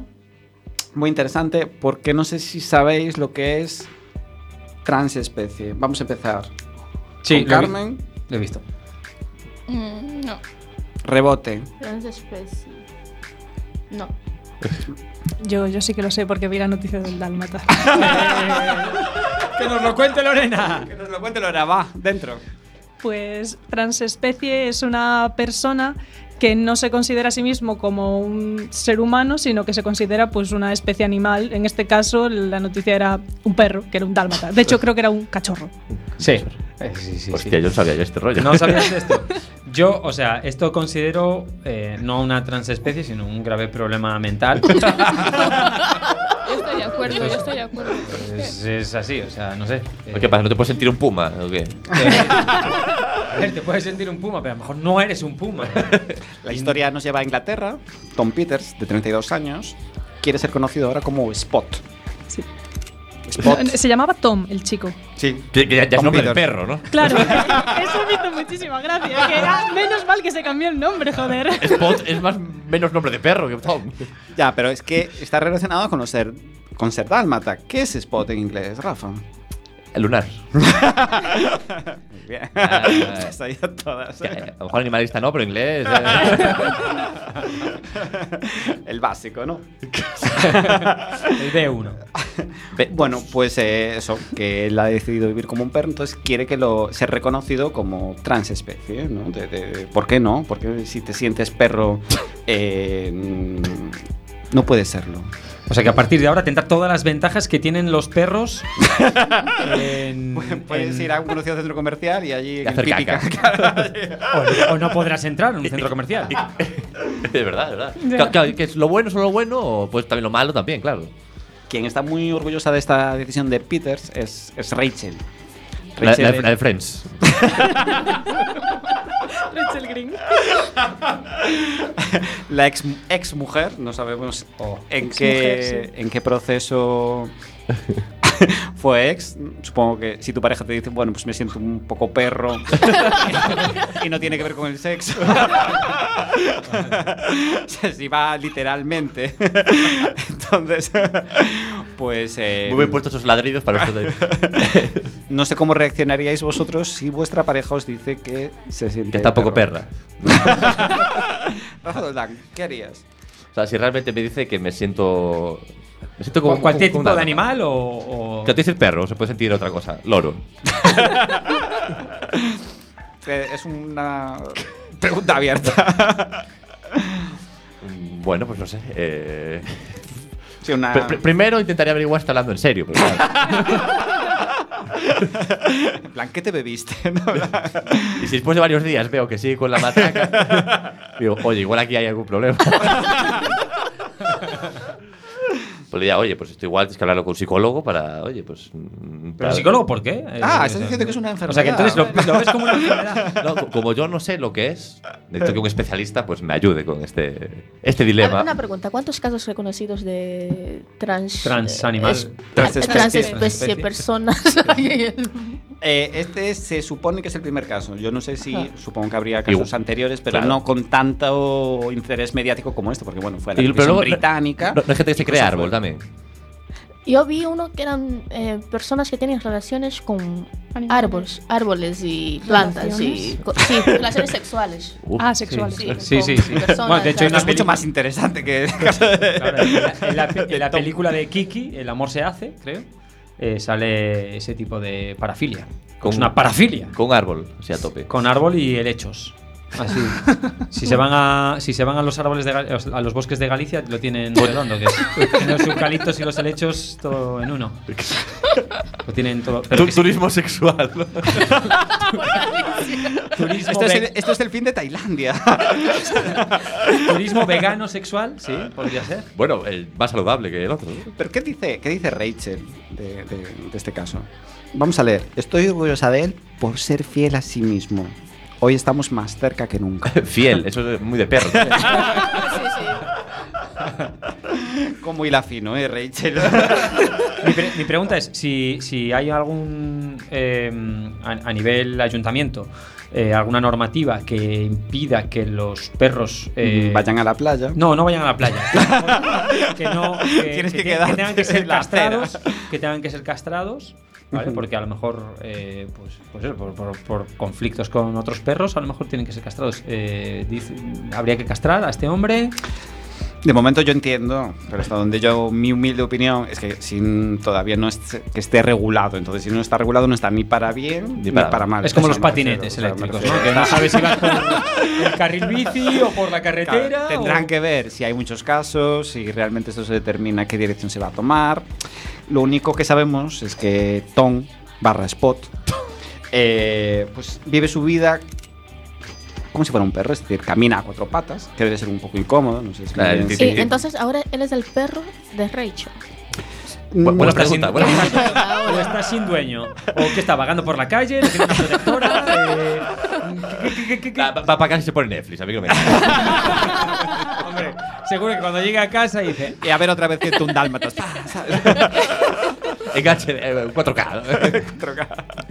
F: muy interesante porque no sé si sabéis lo que es transespecie. Vamos a empezar.
E: Sí, lo he
F: Con
E: vi-
F: Carmen,
E: Lo he visto.
G: Mm, no.
F: rebote.
H: Entonces, pues, sí. No.
I: Yo, yo sí que lo sé porque vi la noticia del Dálmata.
E: ¡Que nos lo cuente Lorena!
F: Que nos lo cuente Lora, va, dentro.
I: Pues transespecie es una persona que no se considera a sí mismo como un ser humano, sino que se considera pues una especie animal. En este caso, la noticia era un perro, que era un dálmata. De hecho, creo que era un cachorro.
E: Sí. Eh, sí, sí,
D: Hostia, yo no sabía yo este rollo.
E: No sabías de esto. Yo, o sea, esto considero eh, no una transespecie, sino un grave problema mental.
G: Yo estoy de acuerdo, yo estoy de acuerdo.
E: es, es así, o sea, no sé. Eh,
D: ¿Qué pasa? ¿No te puedes sentir un puma? ¿O qué?
E: A ver, te puedes sentir un puma, pero a lo mejor no eres un puma.
F: La historia nos lleva a Inglaterra. Tom Peters, de 32 años, quiere ser conocido ahora como Spot.
I: Sí.
F: Spot.
I: Se llamaba Tom, el chico.
F: Sí.
D: Que, que ya, ya es
F: Tom
D: nombre de
F: Peters.
D: perro, ¿no?
I: Claro, eso me hizo muchísima gracia. Que era menos mal que se cambió el nombre, joder.
D: Spot es más menos nombre de perro que Tom.
F: Ya, pero es que está relacionado con los ser, con ser dálmata. ¿Qué es spot en inglés, Rafa?
D: Lunar.
F: Muy bien.
D: Ah,
F: Has ido todas.
D: Que, eh, a lo mejor animalista no, pero inglés. eh.
F: El básico, ¿no?
E: El B1.
D: Ve-
F: Bueno, pues eh, eso, que él ha decidido vivir como un perro, entonces quiere que lo ser reconocido como transespecie, ¿no? De- de- ¿Por qué no? Porque si te sientes perro, eh, mm, no puedes serlo.
E: O sea que a partir de ahora tendrá todas las ventajas que tienen los perros. en-
F: Puedes
E: en-
F: ir a un conocido centro comercial y allí
D: Y hacer
F: típica-
E: o, o no podrás entrar en un centro comercial.
D: De verdad, de verdad. Claro, claro, que es lo bueno, solo lo bueno, o pues también lo malo también, claro.
F: Quien está muy orgullosa de esta decisión de Peters es, es Rachel.
D: La,
F: Rachel
D: la-
F: es-
D: la de Friends.
I: Rachel Green.
F: la ex, ex mujer, no sabemos en,
I: Exmujer,
F: qué, en qué proceso fue ex. Supongo que si tu pareja te dice, bueno, pues me siento un poco perro y no tiene que ver con el sexo. O sea, si va literalmente. Entonces, pues... eh,
D: Muy bien puestos esos ladridos para ustedes.
F: no sé cómo reaccionaríais vosotros si vuestra pareja os dice que se siente...
D: que está poco
F: perro.
D: perra.
F: Rafa Doldán, ¿qué harías?
D: O sea, si realmente me dice que me siento. Me siento como.
E: ¿Con cualquier
D: como- como
E: tipo de
D: una-
E: animal o.? o-
D: Que te dice perro, se puede sentir otra cosa. Loro.
F: Eh, Es una pregunta abierta.
D: Mm, Bueno, pues no sé. eh,
F: Sí, una...
E: Ah.
D: pr- pr- primero intentaré averiguar si está hablando en serio. pero claro.
F: En plan, ¿qué te bebiste? ¿No?
D: y si después de varios días veo que sigue con la matraca, digo, oye, igual aquí hay algún problema. Pues ya, oye, pues esto igual tienes que hablarlo con un psicólogo para. Oye, pues. mm,
E: ¿Pero
D: para-
E: psicólogo por qué?
F: Ah,
E: Eh,
F: estás diciendo que es una enfermedad.
E: O sea que entonces lo, lo ves como una enfermedad.
D: No, co- como yo no sé lo que es, necesito que un especialista pues me ayude con este, este dilema.
H: Una pregunta, ¿cuántos casos reconocidos de trans...
E: Trans animal.
H: es-
F: Transespecie.
H: Transespecie,
E: Transespecie.
H: personas.
F: Eh, este se supone que es el primer caso. Yo no sé si,
H: Ajá.
F: supongo que habría casos
D: Igual.
F: anteriores, pero
D: Claro.
F: no con tanto interés mediático como este, porque bueno, fue a la
D: Y-
F: televisión
D: luego-
F: británica.
D: no- no hay gente que se
F: y
D: cree
F: cosas
D: árbol
F: fuertes.
D: también.
H: Yo vi uno que eran eh, personas que tienen relaciones con
I: Animales.
H: árboles, árboles y plantas. Y, co- sí, relaciones sexuales.
D: Uf.
I: Ah, sexual.
H: Sí,
E: Sí,
H: con
E: sí, sí.
H: personas,
E: Bueno, de hecho, hay
H: o sea,
F: Esto es
E: Una
F: mucho
E: película.
F: más interesante que el caso de- este.
E: Claro, en la, en la pe- en la película de Kiki, El amor se hace, creo, eh, sale ese tipo de parafilia.
D: Con-
E: es una parafilia.
D: Con un árbol, o sea, a tope.
E: Con árbol y helechos. Así. si, se van a, si se van a los árboles de Gal- a los bosques de Galicia, lo tienen redondo, que es los eucaliptos y los helechos todo en uno. Lo tienen todo. pero que sí,
D: turismo sexual.
E: turismo,
F: Esto es, el,
E: ve-
F: esto es el fin de Tailandia.
E: turismo vegano sexual, sí, podría ser.
D: bueno, el más saludable que el otro. ¿no?
F: ¿Pero qué dice, qué dice Rachel de, de- de este caso? Vamos a leer. Estoy orgullosa de él por ser fiel a sí mismo. Hoy estamos más cerca que nunca.
D: Fiel, eso es muy de perro. también.
F: Como hila fino, ¿eh, Rachel?
E: Mi, pre- mi pregunta es si, si hay algún eh, a, a nivel ayuntamiento eh, alguna normativa que impida que los perros eh,
F: Vayan a la playa.
E: no no vayan a la playa que no que,
F: Tienes que
E: te-
F: quedarte
E: tengan que ser
F: en la acera.
E: castrados que tengan que ser castrados ¿Vale? Porque a lo mejor, eh, pues, pues eso, por, por- por conflictos con otros perros, a lo mejor tienen que ser castrados. Eh, dice- habría que castrar a este hombre.
F: De momento yo entiendo, pero hasta donde yo, mi humilde opinión, es que sin, todavía no es que esté regulado. Entonces, si no está regulado, no está ni para bien ni para, mal.
E: Es como
F: O sea,
E: los
F: me refiero,
E: patinetes
F: o sea, me
E: eléctricos,
F: refiero.
E: ¿no? Que no sabes si vas por el carril bici o por la
F: Claro,
E: carretera.
F: tendrán
E: o-
F: que ver si hay muchos casos, si realmente esto se determina qué dirección se va a tomar. Lo único que sabemos es que Tom barra Spot eh, pues vive su vida como si fuera un perro, es decir, camina a cuatro patas, que debe ser un poco incómodo, no sé si
D: Claro,
F: me-
D: el
H: Sí,
D: Sí.
H: Eh, entonces ahora él es el perro de Rachel.
D: Bu- buena
E: Está
D: pregunta.
E: sin-
D: buena pregunta.
E: O está sin dueño. O que está vagando por la calle, no tiene una protectora. eh, ¿qué- qué- qué- qué- qué?
D: Va, va- va para casa y se pone Netflix, a mí que me encanta.
E: Hombre, seguro que cuando llegue a casa dice.
F: Y a ver otra vez que tú un dálmatas. pa, ¿sabes?
D: Enganche eh, 4K.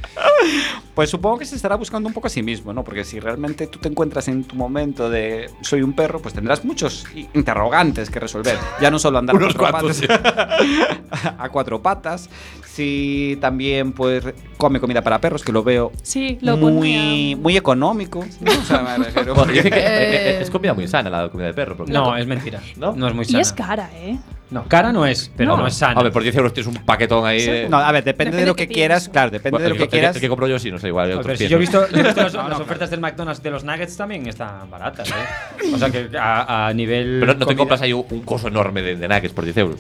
F: Pues supongo que se estará buscando un poco a sí mismo, ¿no? Porque si realmente tú te encuentras en tu momento de soy un perro, pues tendrás muchos i- interrogantes que resolver. Ya no solo andar a
D: Unos
F: cuatro
D: cuantos,
F: patas, a cuatro patas, Maxi también pues come comida para perros, que lo veo
I: Sí, lo
F: muy,
I: pondría.
F: muy económico. ¿no? O sea, me refiero-
D: Porque dice que
H: Eh.
D: eh, eh, es comida muy sana la comida de perro. porque-
E: No, es mentira.
D: ¿No?
E: No, es muy
I: Y
E: sana.
I: es cara, ¿eh?
E: No, cara no es, pero
I: No.
E: no, es sana.
D: Hombre, por 10 euros tienes un paquetón ahí. de-
F: No, a ver, depende, de
I: Depende
F: lo
I: que
F: que
I: pidas.
F: quieras, claro, depende
D: Bueno,
F: de lo
D: el
F: que
D: el
F: quieras.
D: El que compro yo sí, no sé, igual.
E: A
D: otros
E: ver, si
D: 100,
E: yo
D: ¿no?
E: he visto, yo he visto las, las ofertas del McDonald's de los nuggets también están baratas, ¿eh? O sea que a, a nivel.
D: Pero no te
E: comida-
D: compras ahí un, un coso enorme de, de nuggets por 10 euros.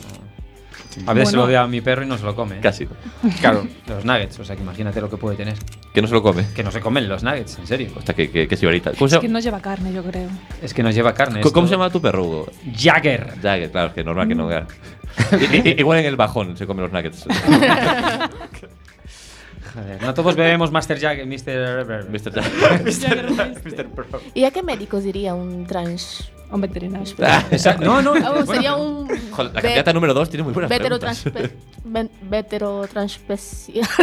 E: A veces se lo
I: Bueno.
E: doy a mi perro y no se lo come. ¿eh?
D: Casi.
E: Claro. Los nuggets, o sea que imagínate lo que puede tener.
D: Que no se lo come.
E: Que no se comen los nuggets, en serio.
D: Hasta que, que, que sibarita. ¿Cómo, se
I: Es
D: llama-
I: que no lleva carne, yo creo.
E: Es que nos lleva carne.
D: ¿Cómo-
E: esto.
D: cómo se llama tu perro, Hugo?
E: Jagger.
D: Jagger, claro, es que normal que no vea. I- i- Igual en el bajón se comen los nuggets.
E: Joder, no todos bebemos Master Jagger, Mr.
D: Mr. Jagger.
E: Mr. Pro.
H: ¿Y a qué médico diría un trans?
I: A un veterinario.
E: Esa- no, no.
H: Ah,
E: bueno,
H: sería un.
D: Joder, La
H: ve-
D: candidata número 2 tiene muy buenas preguntas.
H: veterotranspe- ven- Veterotranspecia.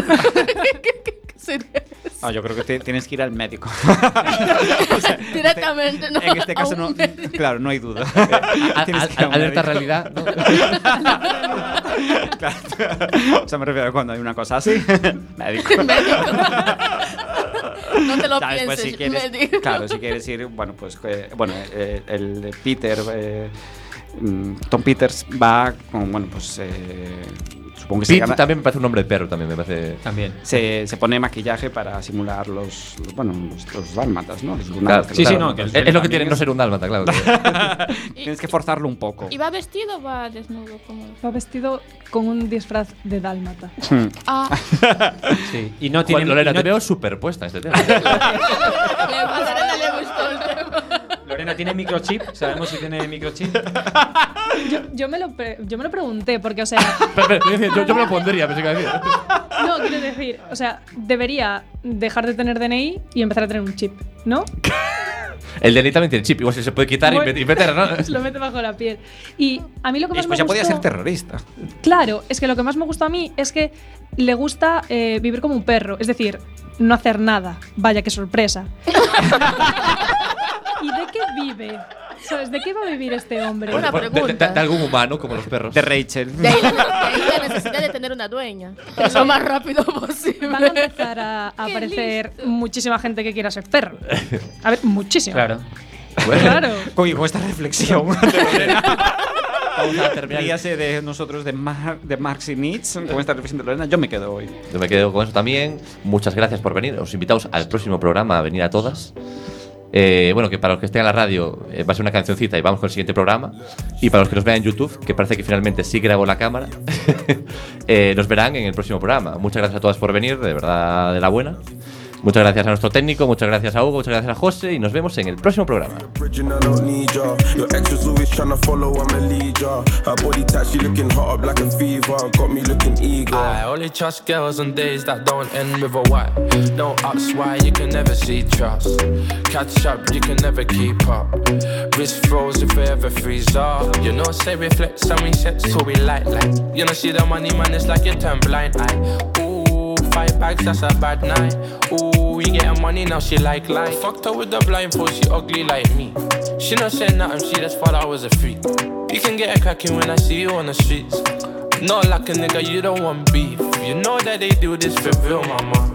H: ¿Qué sería?
F: Ah, yo creo que te- tienes que ir al médico.
H: Directamente, ¿no?
F: En este
H: A
F: caso,
H: un
F: no,
H: médico.
F: claro, no hay duda.
D: A- a-
F: Tienes que ir a un
D: Alerta
F: médico.
D: realidad. ¿no?
F: Claro. O sea, me refiero a cuando hay una cosa así. médico.
H: No te lo
F: ¿Sabes?
H: pienses.
F: Pues, si quieres,
H: médico.
F: claro, si quieres ir, bueno, pues eh, bueno, eh, el Peter, eh, mm, Tom Peters va con, bueno, pues eh, supongo que se,
D: Pete
F: gana-
D: también me parece un nombre de perro, también me parece.
E: También.
F: se, se pone maquillaje para simular los, los- bueno, los, los dálmatas, ¿no? Los
D: Claro,
F: lunares de
E: Sí,
F: los
E: sí,
D: claro.
E: no, que el-
D: Es- es lo que
E: también
D: tiene no
E: es-
D: ser un dálmata, claro. que-
F: dálmatas. Tienes que forzarlo un poco.
G: ¿Y va vestido o va desnudo? Como...
I: Va vestido con un disfraz de dálmata.
F: Hmm.
H: Ah,
E: Sí. Y no tiene.
D: Joder, Lorena,
E: y no-
D: te veo superpuesta en este tema.
H: le, a Lorena le gustó el tema.
E: Lorena tiene microchip. Sabemos si tiene microchip.
I: Yo, yo me lo pre- yo me lo pregunté, porque, o sea,
D: Pero, pero, yo, decía, yo- yo me lo pondría, pensé que iba a decir.
I: no, quiero decir, o sea, debería dejar de tener DNI y empezar a tener un chip, ¿no?
D: El DNI también tiene chip, igual se se puede quitar y
I: Bueno.
D: met- y meter, ¿no?
I: Lo mete bajo la piel. Y a mí lo que más
F: Después
I: me
F: ya podía ser
I: gustó-
F: terrorista.
I: Claro, es que lo que más me gusta a mí es que le gusta eh, vivir como un perro, es decir, no hacer nada. Vaya, qué sorpresa. ¿Y de qué vive? ¿Sabes? ¿De qué va a vivir este hombre?
H: Una
D: Bueno, de- de-
H: pregunta.
D: De, de algún humano, como los perros.
F: De Rachel.
H: De ahí, la, de ahí la necesidad de tener una dueña. Lo más rápido posible.
I: Van a empezar a, a
H: Qué
I: aparecer muchísima gente que quiera ser perro. A ver, muchísima.
E: Claro.
D: Bueno,
I: Claro.
F: Oye, con esta reflexión.
D: Vamos a terminar.
F: Ríase de nosotros, de, Mar- de Marx y Nietzsche, con esta reflexión de Lorena. Yo me quedo hoy.
D: Yo me quedo con eso también. Muchas gracias por venir. Os invitamos al próximo programa a venir a todas. Eh, bueno, que para los que estén en la radio eh, va a ser una cancioncita y vamos con el siguiente programa. Y para los que nos vean en YouTube, que parece que finalmente sí grabó la cámara, eh, nos verán en el próximo programa. Muchas gracias a todas por venir, de verdad, de la buena. Muchas gracias a nuestro técnico, muchas gracias a Hugo, muchas gracias a José y nos vemos en el próximo programa.
J: bridge and I don't need ya. Your ex was always tryna follow, I'm a leader. Her body type, she looking hot up like a fever. Got me looking eager.
F: Ah,
K: I only trust girls on days that don't end with a why. No ups, why you can never see trust. Catch up, you can never keep up. Wrist froze if we ever freeze up. You know, say reflex and we set so we light like. You know, see the money man, it's like you turn blind eye. Ooh, five bags, that's a bad night. Ooh, you getting money now, she like light. Fucked up with the blindfold, she ugly like me. She not saying nothing, she just thought I was a freak. You can get a cracking when I see you on the streets. Not like a nigga, you don't want beef. You know that they do this for real, mama.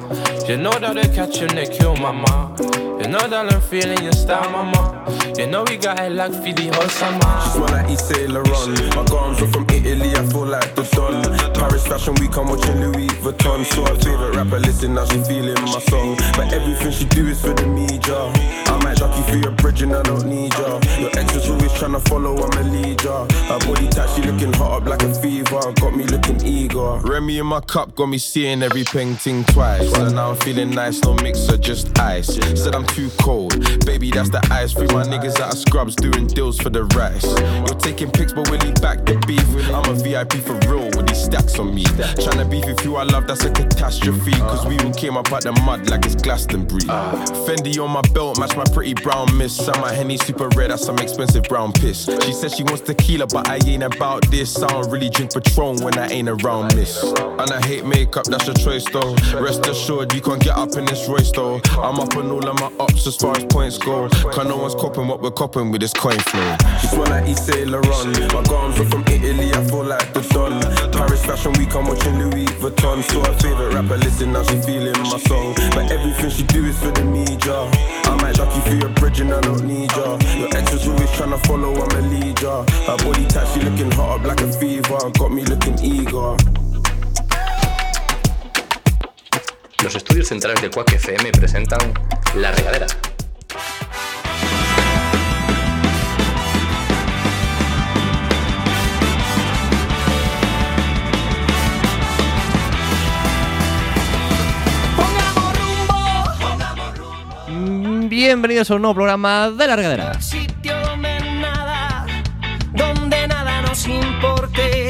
K: You know that they catch him, they kill, mama. You know that I'm feeling your style, mama. You know we got it like for the whole
J: She
K: summer.
J: smell like East Sailor on. My garms are from Italy, I feel like the Don. Paris Fashion Week, I'm watching Louis Vuitton. So her favorite rapper, listen, now she feeling my song. But everything she do is for the media. I might jockey for your bridge and I don't need ya. Your ex was always tryna follow, I'm a leader. Her body type, she looking hot up like a fever. Got me looking eager. Remy in my cup, got me seeing every painting twice. So now I'm feeling nice, no mixer, just ice. Said I'm too cold, baby, that's the ice. Free my niggas out of scrubs, doing deals for the rice. You're taking pics, but will he back the beef? I'm a VIP for real with these stacks on me. Tryna beef with you, I love, that's a catastrophe. Cause we all came up out the mud like it's Glastonbury. Fendi on my belt, match my pretty brown miss. And my Henny super red, that's some expensive brown piss. She said she wants tequila, but I ain't about this. I don't really drink Patron when I ain't around this. And I hate makeup, that's your choice though. Rest assured, you can't get up in this race though. I'm up on all of my ups as far as points go. Cause no one's copping what we're copping with this coin flow. She smell like East Sailor on. My garms are from Italy, I feel like the Don. Paris fashion week, I'm watching Louis Vuitton. So her favorite rapper, listen now, she feeling my song. But everything she do is for the media. I might duck you for your bridge and I don't need ya. Your ex was always trying to follow, I'm a leader. Her body tight, she looking hot up like a fever. Got me looking eager.
B: Los estudios centrales de Quack FM presentan La Regadera.
D: Bienvenidos a un nuevo programa de La Regadera.
C: sitio donde nada, donde nada nos importe.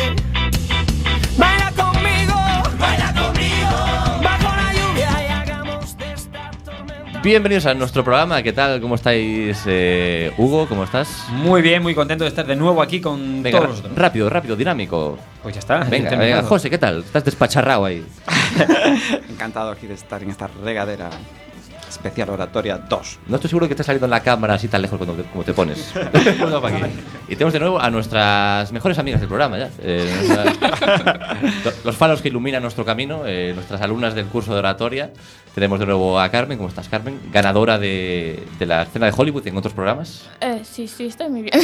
C: Baila conmigo, baila conmigo, bajo la lluvia y hagamos de esta
D: Bienvenidos a nuestro programa. ¿Qué tal? ¿Cómo estáis, eh, Hugo? ¿Cómo estás?
E: Muy bien, muy contento de estar de nuevo aquí con
D: Venga,
E: todos.
D: ra- rápido, rápido, dinámico.
E: Pues ya está. ya he
D: Venga,
E: terminado.
D: venga, José, ¿qué tal? Estás despacharrado ahí.
F: Encantado aquí de estar en esta regadera especial oratoria 2.
D: No estoy seguro que estés saliendo en la cámara así tan lejos cuando te- como te pones. Bueno, pa' aquí. y tenemos de nuevo a nuestras mejores amigas del programa, ya. Eh, nuestra- lo- los faros que iluminan nuestro camino, eh, nuestras alumnas del curso de oratoria. Tenemos de nuevo a Carmen, ¿cómo estás, Carmen? Ganadora de, de la escena de Hollywood en otros programas.
G: Eh, sí, sí, estoy muy bien.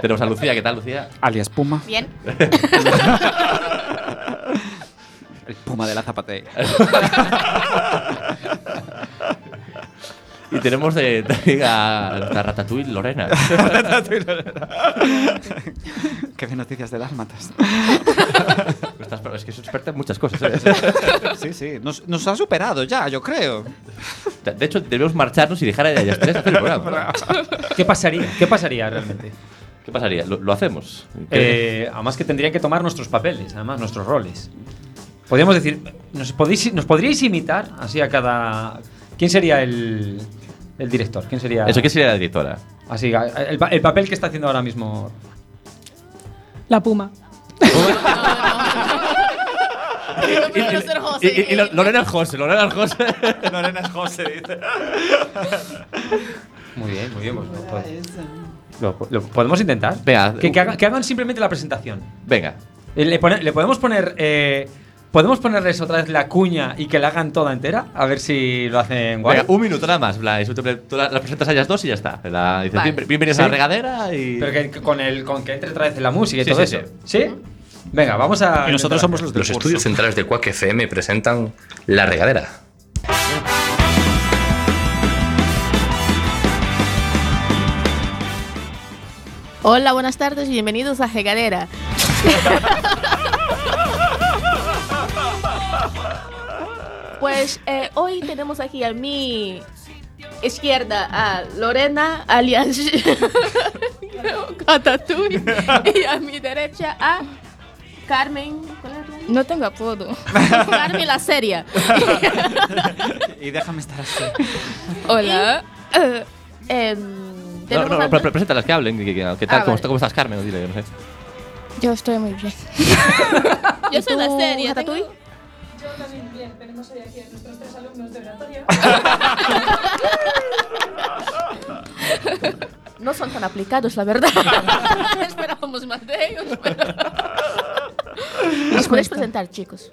D: Tenemos a Lucía, ¿qué tal, Lucía?
F: Alias Puma,
G: bien.
F: el Puma de la zapatería.
D: Y tenemos de, también a nuestra Ratatouille, Lorena.
F: Qué bien noticias de las matas.
D: Estás- pero es que soy experta en muchas cosas. ¿eh?
F: Sí, sí, nos, nos ha superado ya, yo creo.
D: De hecho, debemos marcharnos y dejar a ellas tres hacer el programa.
E: ¿Qué pasaría? ¿Qué pasaría realmente?
D: ¿Qué pasaría? ¿Lo, lo hacemos?
E: Eh, además que tendrían que tomar nuestros papeles, además nuestros roles. Podríamos decir, ¿nos, podéis, ¿nos podríais imitar así a cada... ¿Quién sería el, el director? ¿Quién sería...
D: ¿Eso qué sería la directora?
E: Así, a- el, pa- el papel que está haciendo ahora mismo.
I: La puma.
H: No puedo ser José.
D: Y- y- y Lo- Lorena es José, Lorena es José.
F: Lorena es José, dice.
E: Muy bien, muy bien. pues, lo pod- lo, lo podemos intentar.
D: Venga.
E: que, que hagan, que hagan simplemente la presentación.
D: Venga.
E: Eh, Le, pone- le podemos poner... eh, ¿Podemos ponerles otra vez la cuña y que la hagan toda entera? A ver si lo hacen guay.
D: Venga, un minuto nada más. Bla, y tú te- tú la- las presentas a ellas dos y ya está. La, dices,
H: Vale.
D: "Bien- bienvenidas a la regadera y.
E: Pero que que con, el, con que entre otra vez en la música y
D: Sí,
E: todo
D: sí,
E: eso. Sí. Venga, vamos a.
F: Y nosotros somos
E: los.
F: los del
B: Los estudios
F: curso.
B: centrales de Quack FM presentan La Regadera.
H: Hola, buenas tardes, bienvenidos a Regadera. Pues eh, hoy tenemos aquí a mi izquierda a Lorena alias Catatouille y a mi derecha a Carmen. ¿cuál es la-
G: No tengo apodo.
H: Carmen la seria.
F: Y déjame estar así.
G: Hola.
H: Eh, em,
D: No,
H: tenemos
D: no, no,
H: a-
D: pre- pre- preséntalas, que hablen. que- que- que- ¿Qué tal?
H: Ah,
D: ¿Cómo,
H: vale.
D: está- cómo estás, Carmen? Dile, yo no sé.
G: Yo estoy muy bien.
H: Yo soy la
G: ¿Y tú,
H: seria.
G: Ratatouille?
H: tengo-
A: Yo también bien, tenemos hoy aquí a nuestros tres alumnos de oratoria.
H: No son tan aplicados, la verdad. Esperábamos más de ellos, pero... ¿Os podéis presentar, chicos?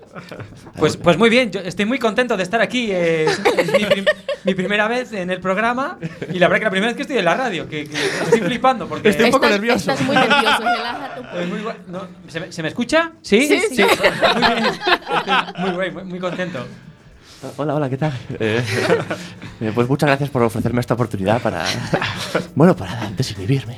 E: Pues, pues muy bien, yo estoy muy contento de estar aquí. eh, Es, es mi, prim- mi primera vez en el programa y la verdad que la primera vez que estoy en la radio, que, que estoy flipando porque.
D: Estoy un poco
H: Estás-
D: nervioso.
H: Estás muy nervioso, relájate un
E: Es
H: poco.
E: Pues muy guay. No, ¿se, me, se me escucha? ¿Sí?
H: Sí, sí.
E: Muy bien. Estoy muy guay, muy, muy contento.
D: Ah, Hola, hola, ¿qué tal? Eh, eh, pues muchas gracias por ofrecerme esta oportunidad para. Bueno, para desinhibirme.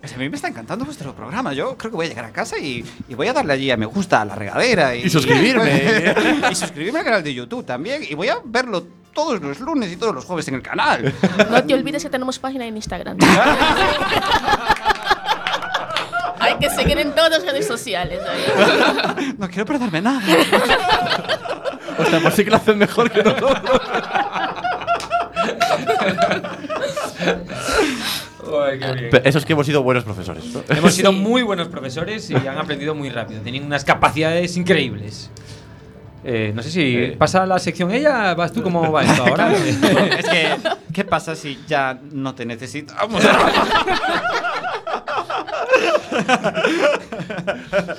F: Pues a mí me está encantando vuestro programa. Yo creo que voy a llegar a casa y, y voy a darle allí a me gusta a la regadera. Y,
D: Y suscribirme.
F: y suscribirme al canal de YouTube también. Y voy a verlo todos los lunes y todos los jueves en el canal.
H: No te olvides que tenemos página en Instagram. Hay que seguir en todas las redes sociales. ¿eh?
F: No quiero perderme nada.
D: O sea, por pues sí que lo hacen mejor que nosotros.
E: Ay, qué bien.
D: Pero Esos que hemos sido buenos profesores. ¿no?
E: Hemos sido
H: Sí.
E: muy buenos profesores y han aprendido muy rápido. Tienen unas capacidades increíbles. Eh, no sé si
D: Eh.
E: pasa la sección ella, vas tú como va esto ahora.
F: es que, ¿qué pasa si ya no te necesitamos?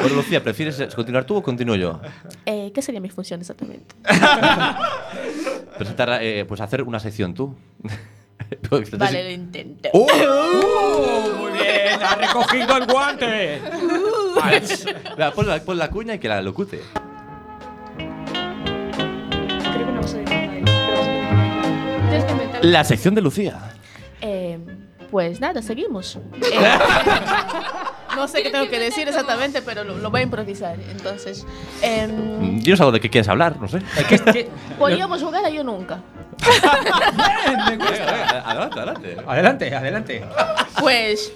D: Bueno, Lucía, ¿prefieres continuar tú o continúo yo?
H: Eh, ¿Qué sería mi función exactamente?
D: Presentar, eh, pues hacer una sección tú.
H: Vale, lo intento.
D: ¡Oh!
E: Muy bien, ha recogido el guante.
D: Venga, pon, la, pon la cuña y que la locute.
H: Creo que no soy
G: Tienes que inventar.
D: La sección de Lucía.
H: Eh, pues nada, seguimos. Eh, no sé qué tengo que decir exactamente, pero lo, lo voy a improvisar. Entonces, em,
D: Mm, Yo no sé de qué quieres hablar, no sé.
E: Es que-
H: podríamos jugar a Yo Nunca.
D: Venga, venga, adelante, adelante.
E: Adelante, adelante.
H: Pues,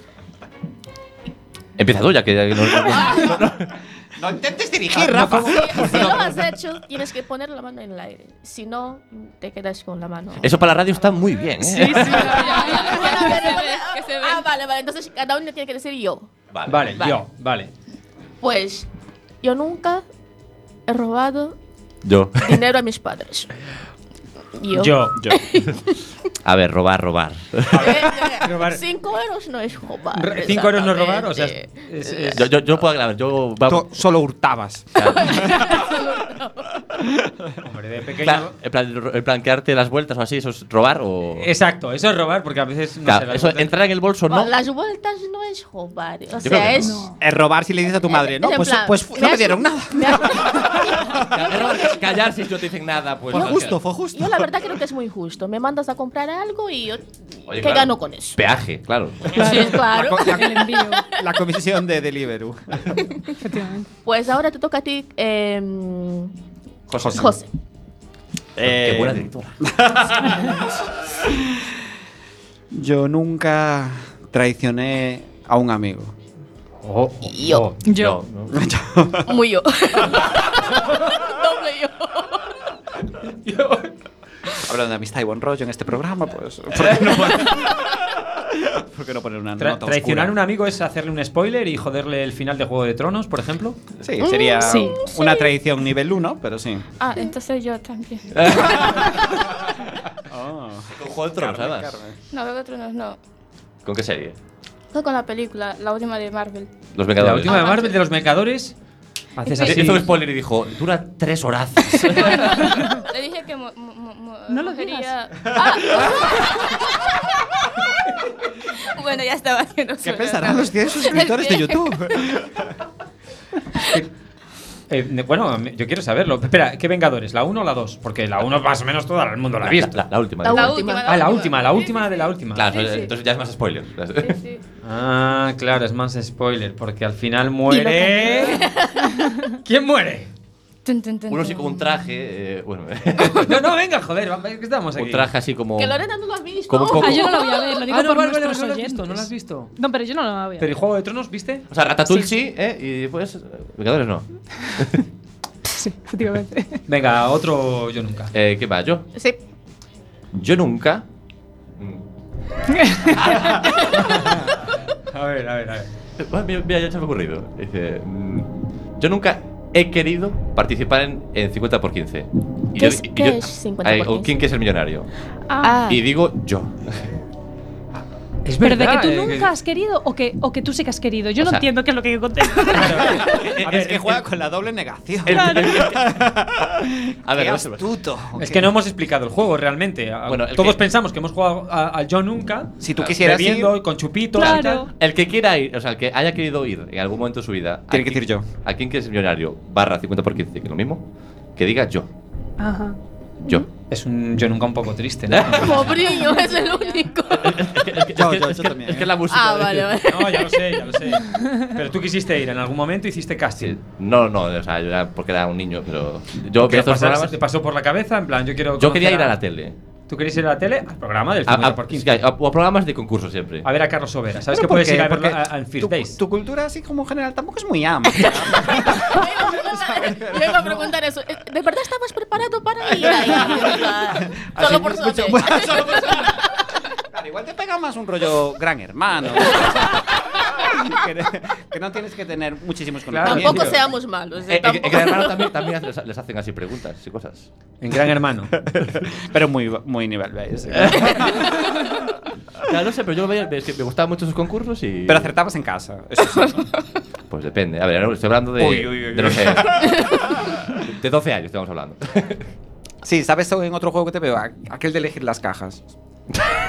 D: Empieza tú ya que... que no-
F: Ah, No intentes dirigir, Rafa.
H: si, si lo has hecho, tienes que poner la mano en el aire. Si no, te quedas con la mano.
D: Eso para la radio está muy bien,
G: que se
D: ¿eh?
G: ve.
H: Ah, vale, vale. Entonces, cada uno tiene que decir yo.
E: Vale, yo, vale.
H: Pues, yo nunca he robado
D: Yo.
H: dinero a mis padres. Yo.
E: Yo.
D: A ver, robar, robar.
H: Eh, eh,
E: Robar.
H: Cinco euros no es robar.
E: Re- Cinco euros no robar, o sea, es-
H: exactamente.
E: es- es-
D: Yo, yo, yo puedo aclarar, yo...
F: Tú solo hurtabas.
E: hombre, de
D: En
E: pequeño.
D: plan, en plan- en plan, quedarte las vueltas o así, eso es robar o...
E: Exacto, eso es robar porque a veces no
D: Claro,
E: sé, las
D: eso,
E: vueltas-
D: entrar en el bolso no.
H: Bueno, Las vueltas no es robar. O
D: creo
H: sea,
D: que
H: es.
F: Es robar si le dices a tu madre, ¿no?
H: es en
F: Pues,
H: plan,
F: pues fu- no
H: has-
F: me dieron nada.
H: me has-
D: Callar si no te dicen nada, pues...
F: Fue
D: no,
F: justo,
D: que-
F: fue justo.
H: Yo la verdad creo que es muy justo. Me mandas a comprar algo y yo.
D: Oye,
H: ¿Qué
D: claro.
H: gano con eso?
D: Peaje, claro.
H: Sí, claro.
F: La,
I: El
F: co-
I: envío,
F: la- la comisión de Deliveroo.
I: efectivamente.
H: Pues ahora te toca a ti, em,
F: José.
H: José.
F: Eh,
D: Qué buena directora.
F: Yo nunca traicioné a un amigo.
E: Oh, oh,
H: Yo.
E: oh.
I: Yo.
H: Muy yo. Doble yo.
F: Hablando de amistad y buen rollo en este programa, pues. ¿Por qué no poner, ¿por qué no poner una
E: Tra-
F: nota
E: traicionar a un
F: oscura?
E: amigo es hacerle un spoiler y joderle el final de Juego de Tronos, por ejemplo.
F: Sí, sería
I: sí.
F: una traición nivel 1, pero sí.
G: Ah, entonces yo también.
F: Oh.
D: Con Juego de Tronos, además.
G: No, Juego de Tronos no.
D: ¿Con qué serie?
G: Fue con la película, la última de Marvel.
D: Los
E: La
D: Vengadores. Ah,
E: última de Marvel de los Mercadores. Haces así.
D: Hizo un spoiler y dijo, dura tres horas.
G: Le dije que mo- mo- mo- mo-
I: No lo
G: mojería- Ah. bueno, ya estaba haciendo
F: ¿Qué
G: su-
F: pensarán los 10 suscriptores de YouTube?
E: Eh, ne- bueno, me- yo quiero saberlo. Espera, ¿qué Vengadores? ¿La 1 o la 2? Porque la 1 más o menos todo el mundo la ha visto.
D: La, la última.
H: La
D: dijo.
G: La
H: última.
G: última.
E: ah, la última, la última de la última.
D: Claro,
G: sí, sí.
D: entonces ya es más spoiler.
G: Sí, sí.
E: Ah, claro, es más spoiler, porque al final muere. ¿Quién muere?
G: Tun, tun, tun,
D: Uno sí
G: tun.
D: con un traje, eh, bueno,
E: No, no, venga, joder, va- ¿qué estamos aquí?
D: un traje así como...
H: Que Lorena no lo has visto.
D: Como un poco-
I: Ah, yo no la voy a ver, lo digo
E: Ah, no,
I: por
E: vale, vale,
I: nuestros
E: no lo has
I: oyentes.
E: visto, no lo has visto.
I: No, pero yo no la voy a
E: Pero ¿y
I: ver.
E: Juego de Tronos, viste?
D: O sea, Ratatouille sí, ¿eh? Y pues... eh, Vengadores no.
I: Sí, efectivamente.
E: Venga, otro yo nunca.
D: Eh, ¿Qué va? Yo.
H: Sí.
D: Yo nunca...
E: A ver, a ver, a ver.
D: Ah, Mira, mira, ya se me ha ocurrido. Dice, mm, yo nunca he querido participar en, en 50 por 15.
H: ¿Qué es- qué es 50 por
D: Ay, o
H: 15?
D: ¿Quién quiere ser millonario?
H: Ah.
D: Y digo yo.
E: Es
I: Pero de que
E: verdad,
I: tú
E: eh,
I: nunca has querido o que, o que tú sí que has querido. Yo
D: O
I: no
D: sea-
I: entiendo qué es lo que yo contesto.
E: A ver,
F: es que juega con la doble negación.
D: Eh, El- a
F: Qué
D: ver, vamos a ver.
F: astuto.
E: Es que no hemos explicado el juego realmente. A-
D: Bueno, el
E: Todos
D: que-
E: pensamos que hemos jugado a- al Yo Nunca.
F: Si tú quisieras ir,
E: Bebiendo, con chupitos y
I: Claro.
E: tal.
D: El que quiera ir, o sea, el que haya querido ir en algún momento de su vida.
F: Tiene que
D: a qui-
F: decir yo.
D: A quién quiere ser millonario, barra 50 por 15, que es lo mismo, que diga yo.
I: Ajá.
D: Yo.
E: Es un Yo Nunca un poco triste, ¿no?
H: Pobrillo, es el único.
F: Yo, yo,
D: es
F: yo
D: que-
F: también. ¿eh?
D: es que es la música.
H: Ah,
D: de-
H: vale, vale.
E: No, ya lo sé, ya lo sé. Pero tú quisiste ir en algún momento, hiciste casting.
D: Sí. No, no, o sea, yo era porque era un niño, pero. Yo
E: ¿Qué
D: veía estos
E: pasó-
D: programas.
E: ¿Te pasó por la cabeza? En plan, yo quiero.
D: Yo quería
E: conocer
D: ir a la tele.
E: ¿Tú querías ir a la tele? Al programa del
D: A,
E: 50
D: a-
E: por
D: sí,
E: 15.
D: a- o a programas de concurso siempre.
F: Ah,
E: A ver a Carlos Sobera. ¿Sabes que
F: ¿por
E: puedes
F: qué?
E: ir a verlo
F: Porque
E: a- a- en First
F: tu,
E: Days?
F: tu cultura así como en general tampoco es muy amplia.
H: Yo iba a preguntar eso. Eh, ¿De verdad estabas preparado para ir ahí? O sea, Solo por
F: Así,
H: suerte.
F: mucho- solo por suerte. Claro, igual te pega más un rollo gran hermano. que, que no tienes que tener muchísimos
E: Claro.
F: conocimientos.
H: Tampoco seamos malos. eh,
D: Eh, eh,
H: tampoco.
D: en Gran Hermano también, también les, les hacen así preguntas y cosas.
E: En Gran Hermano.
F: Pero muy, muy nivel B. ese.
D: Ya lo sé, pero yo lo veía, es que me gustaban mucho esos concursos y.
F: Pero acertabas en casa. Eso sí.
D: Pues depende. A ver, ahora estoy hablando de.
F: Uy, uy, uy,
D: de no
F: uy.
D: sé. de 12 años estamos hablando.
F: Sí, ¿sabes en otro juego que te veo? A- Aquel de elegir las cajas.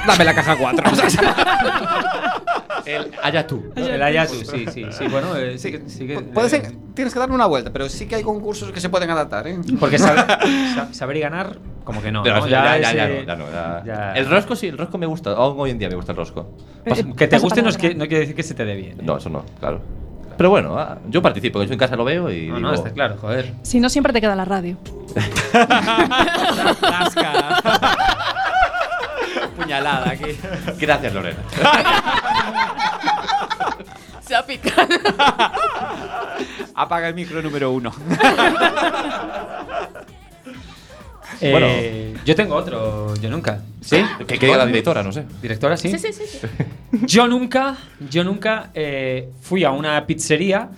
F: Dame la caja 4.
D: El allá tú.
E: El Ayatu, sí, sí, sí. Bueno, eh, sí, que- sí que-
F: Puede ser, tienes que darle una vuelta, pero sí que hay concursos que se pueden adaptar, ¿eh?
E: Porque saber, sa- saber y ganar, como que no.
D: Pero
E: ¿no?
D: ya, ya,
E: es,
D: ya,
E: eh,
D: no, ya no, ya.
E: ya-
D: El rosco sí, el rosco me gusta. Aún hoy en día me gusta el rosco.
E: Pues,
I: Eh,
E: que te
I: pasa
E: guste no, es que,
I: palabra.
E: no quiere decir que se te dé bien. ¿eh?
D: No, eso no, claro. Pero bueno, ah, yo participo, que yo en casa lo veo y.
E: No,
D: digo,
E: no, está claro, joder.
I: Si no, siempre te queda la radio.
D: Puñalada aquí. Gracias, Lorena.
H: Se ha picado.
F: Apaga el micro número uno.
E: Eh, yo tengo otro, yo nunca.
D: ¿Sí? Que quede la directora, no sé.
E: ¿Directora, sí?
H: Sí, sí, sí. sí.
E: Yo nunca, yo nunca eh, fui a una pizzería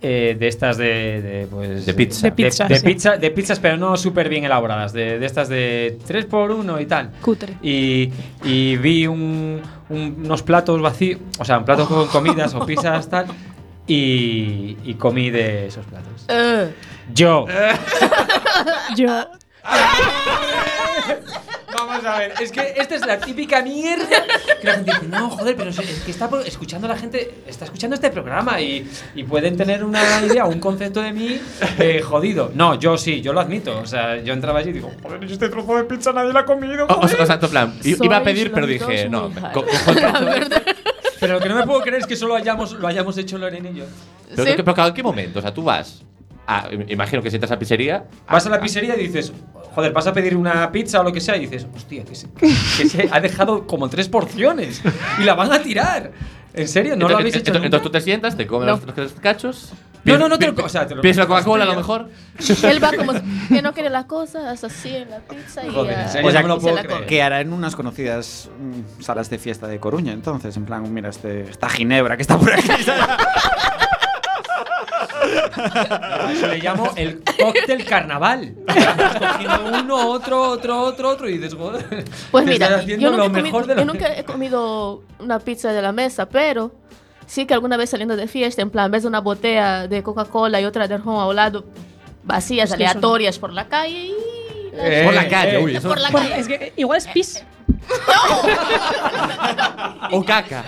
E: eh, de estas de, de, pues,
D: De pizza.
I: De pizza,
E: de,
I: sí.
E: pizza- de pizzas, pero no súper bien elaboradas, de, de estas de 3x1 y tal.
I: Cutre.
E: Y, y vi un- un- unos platos vacíos, o sea, un plato
D: Oh.
E: con comidas o pizzas tal, y, y comí de esos platos.
H: Eh,
E: Yo.
I: Yo.
E: Vamos a ver, es que esta es la típica mierda que la gente dice, no, joder, pero es es que está pro- escuchando la gente, está escuchando este programa y, y pueden tener una idea, un concepto de mí eh, jodido. No, yo sí, yo lo admito, o sea, yo entraba allí y digo, joder, yo este trozo de pizza nadie la ha comido,
D: O, o- o
E: joder".
D: sea, en plan, i-
H: Sois
D: iba a pedir, pero
H: los
D: dije,
H: dos
D: no,
H: muy
D: me
H: high.
D: co- cojo el ¿eh? trozo.
H: La verdad.
E: Pero lo que no me puedo creer es que solo hayamos, lo hayamos hecho Lorena y yo.
D: Pero,
H: Sí.
D: que- pero claro, ¿en qué momento? O sea, tú vas. a- im- imagino que si entras a pizzería.
E: Vas a la pizzería y dices, joder, vas a pedir una pizza o lo que sea, y dices, hostia, que se, que se ha dejado como tres porciones y la van a tirar. ¿En serio? ¿No lo habéis hecho
D: entonces,
E: nunca?
D: entonces tú te sientas, te comes
H: No.
D: los, los cachos.
E: No,
D: pides-
E: no, no te lo
D: pi-
E: co- o sea, te lo
D: pides la
E: comes con
D: Coca-Cola a lo
E: pastilla.
D: mejor.
H: Él va como que no quiere las cosas, hace así en la pizza y
E: Joder,
H: ya.
E: en serio,
H: y
F: no
H: se
F: me lo
H: la
E: puedo
H: come.
E: creer.
F: Que harán unas conocidas mm, salas de fiesta de Coruña, entonces, en plan, mira, este, esta ginebra que está por aquí.
E: A Eso le llamo el cóctel carnaval. Vas cogiendo uno, otro, otro, otro, otro y dices, joder.
H: Pues
E: te estás
H: mira,
E: haciendo
H: yo nunca,
E: lo
H: he
E: mejor
H: comido,
E: de lo
H: yo nunca he comido una pizza de la mesa, pero sí que alguna vez saliendo de fiesta, en plan, ves una botella de Coca-Cola y otra de ron al lado, vacías,
I: Es que eso no.
H: aleatorias por la calle y...
E: Eh,
D: por la calle,
E: eh,
D: uy. Eso,
H: por la
I: Bueno,
H: calle.
I: es que igual es pis.
D: o caca.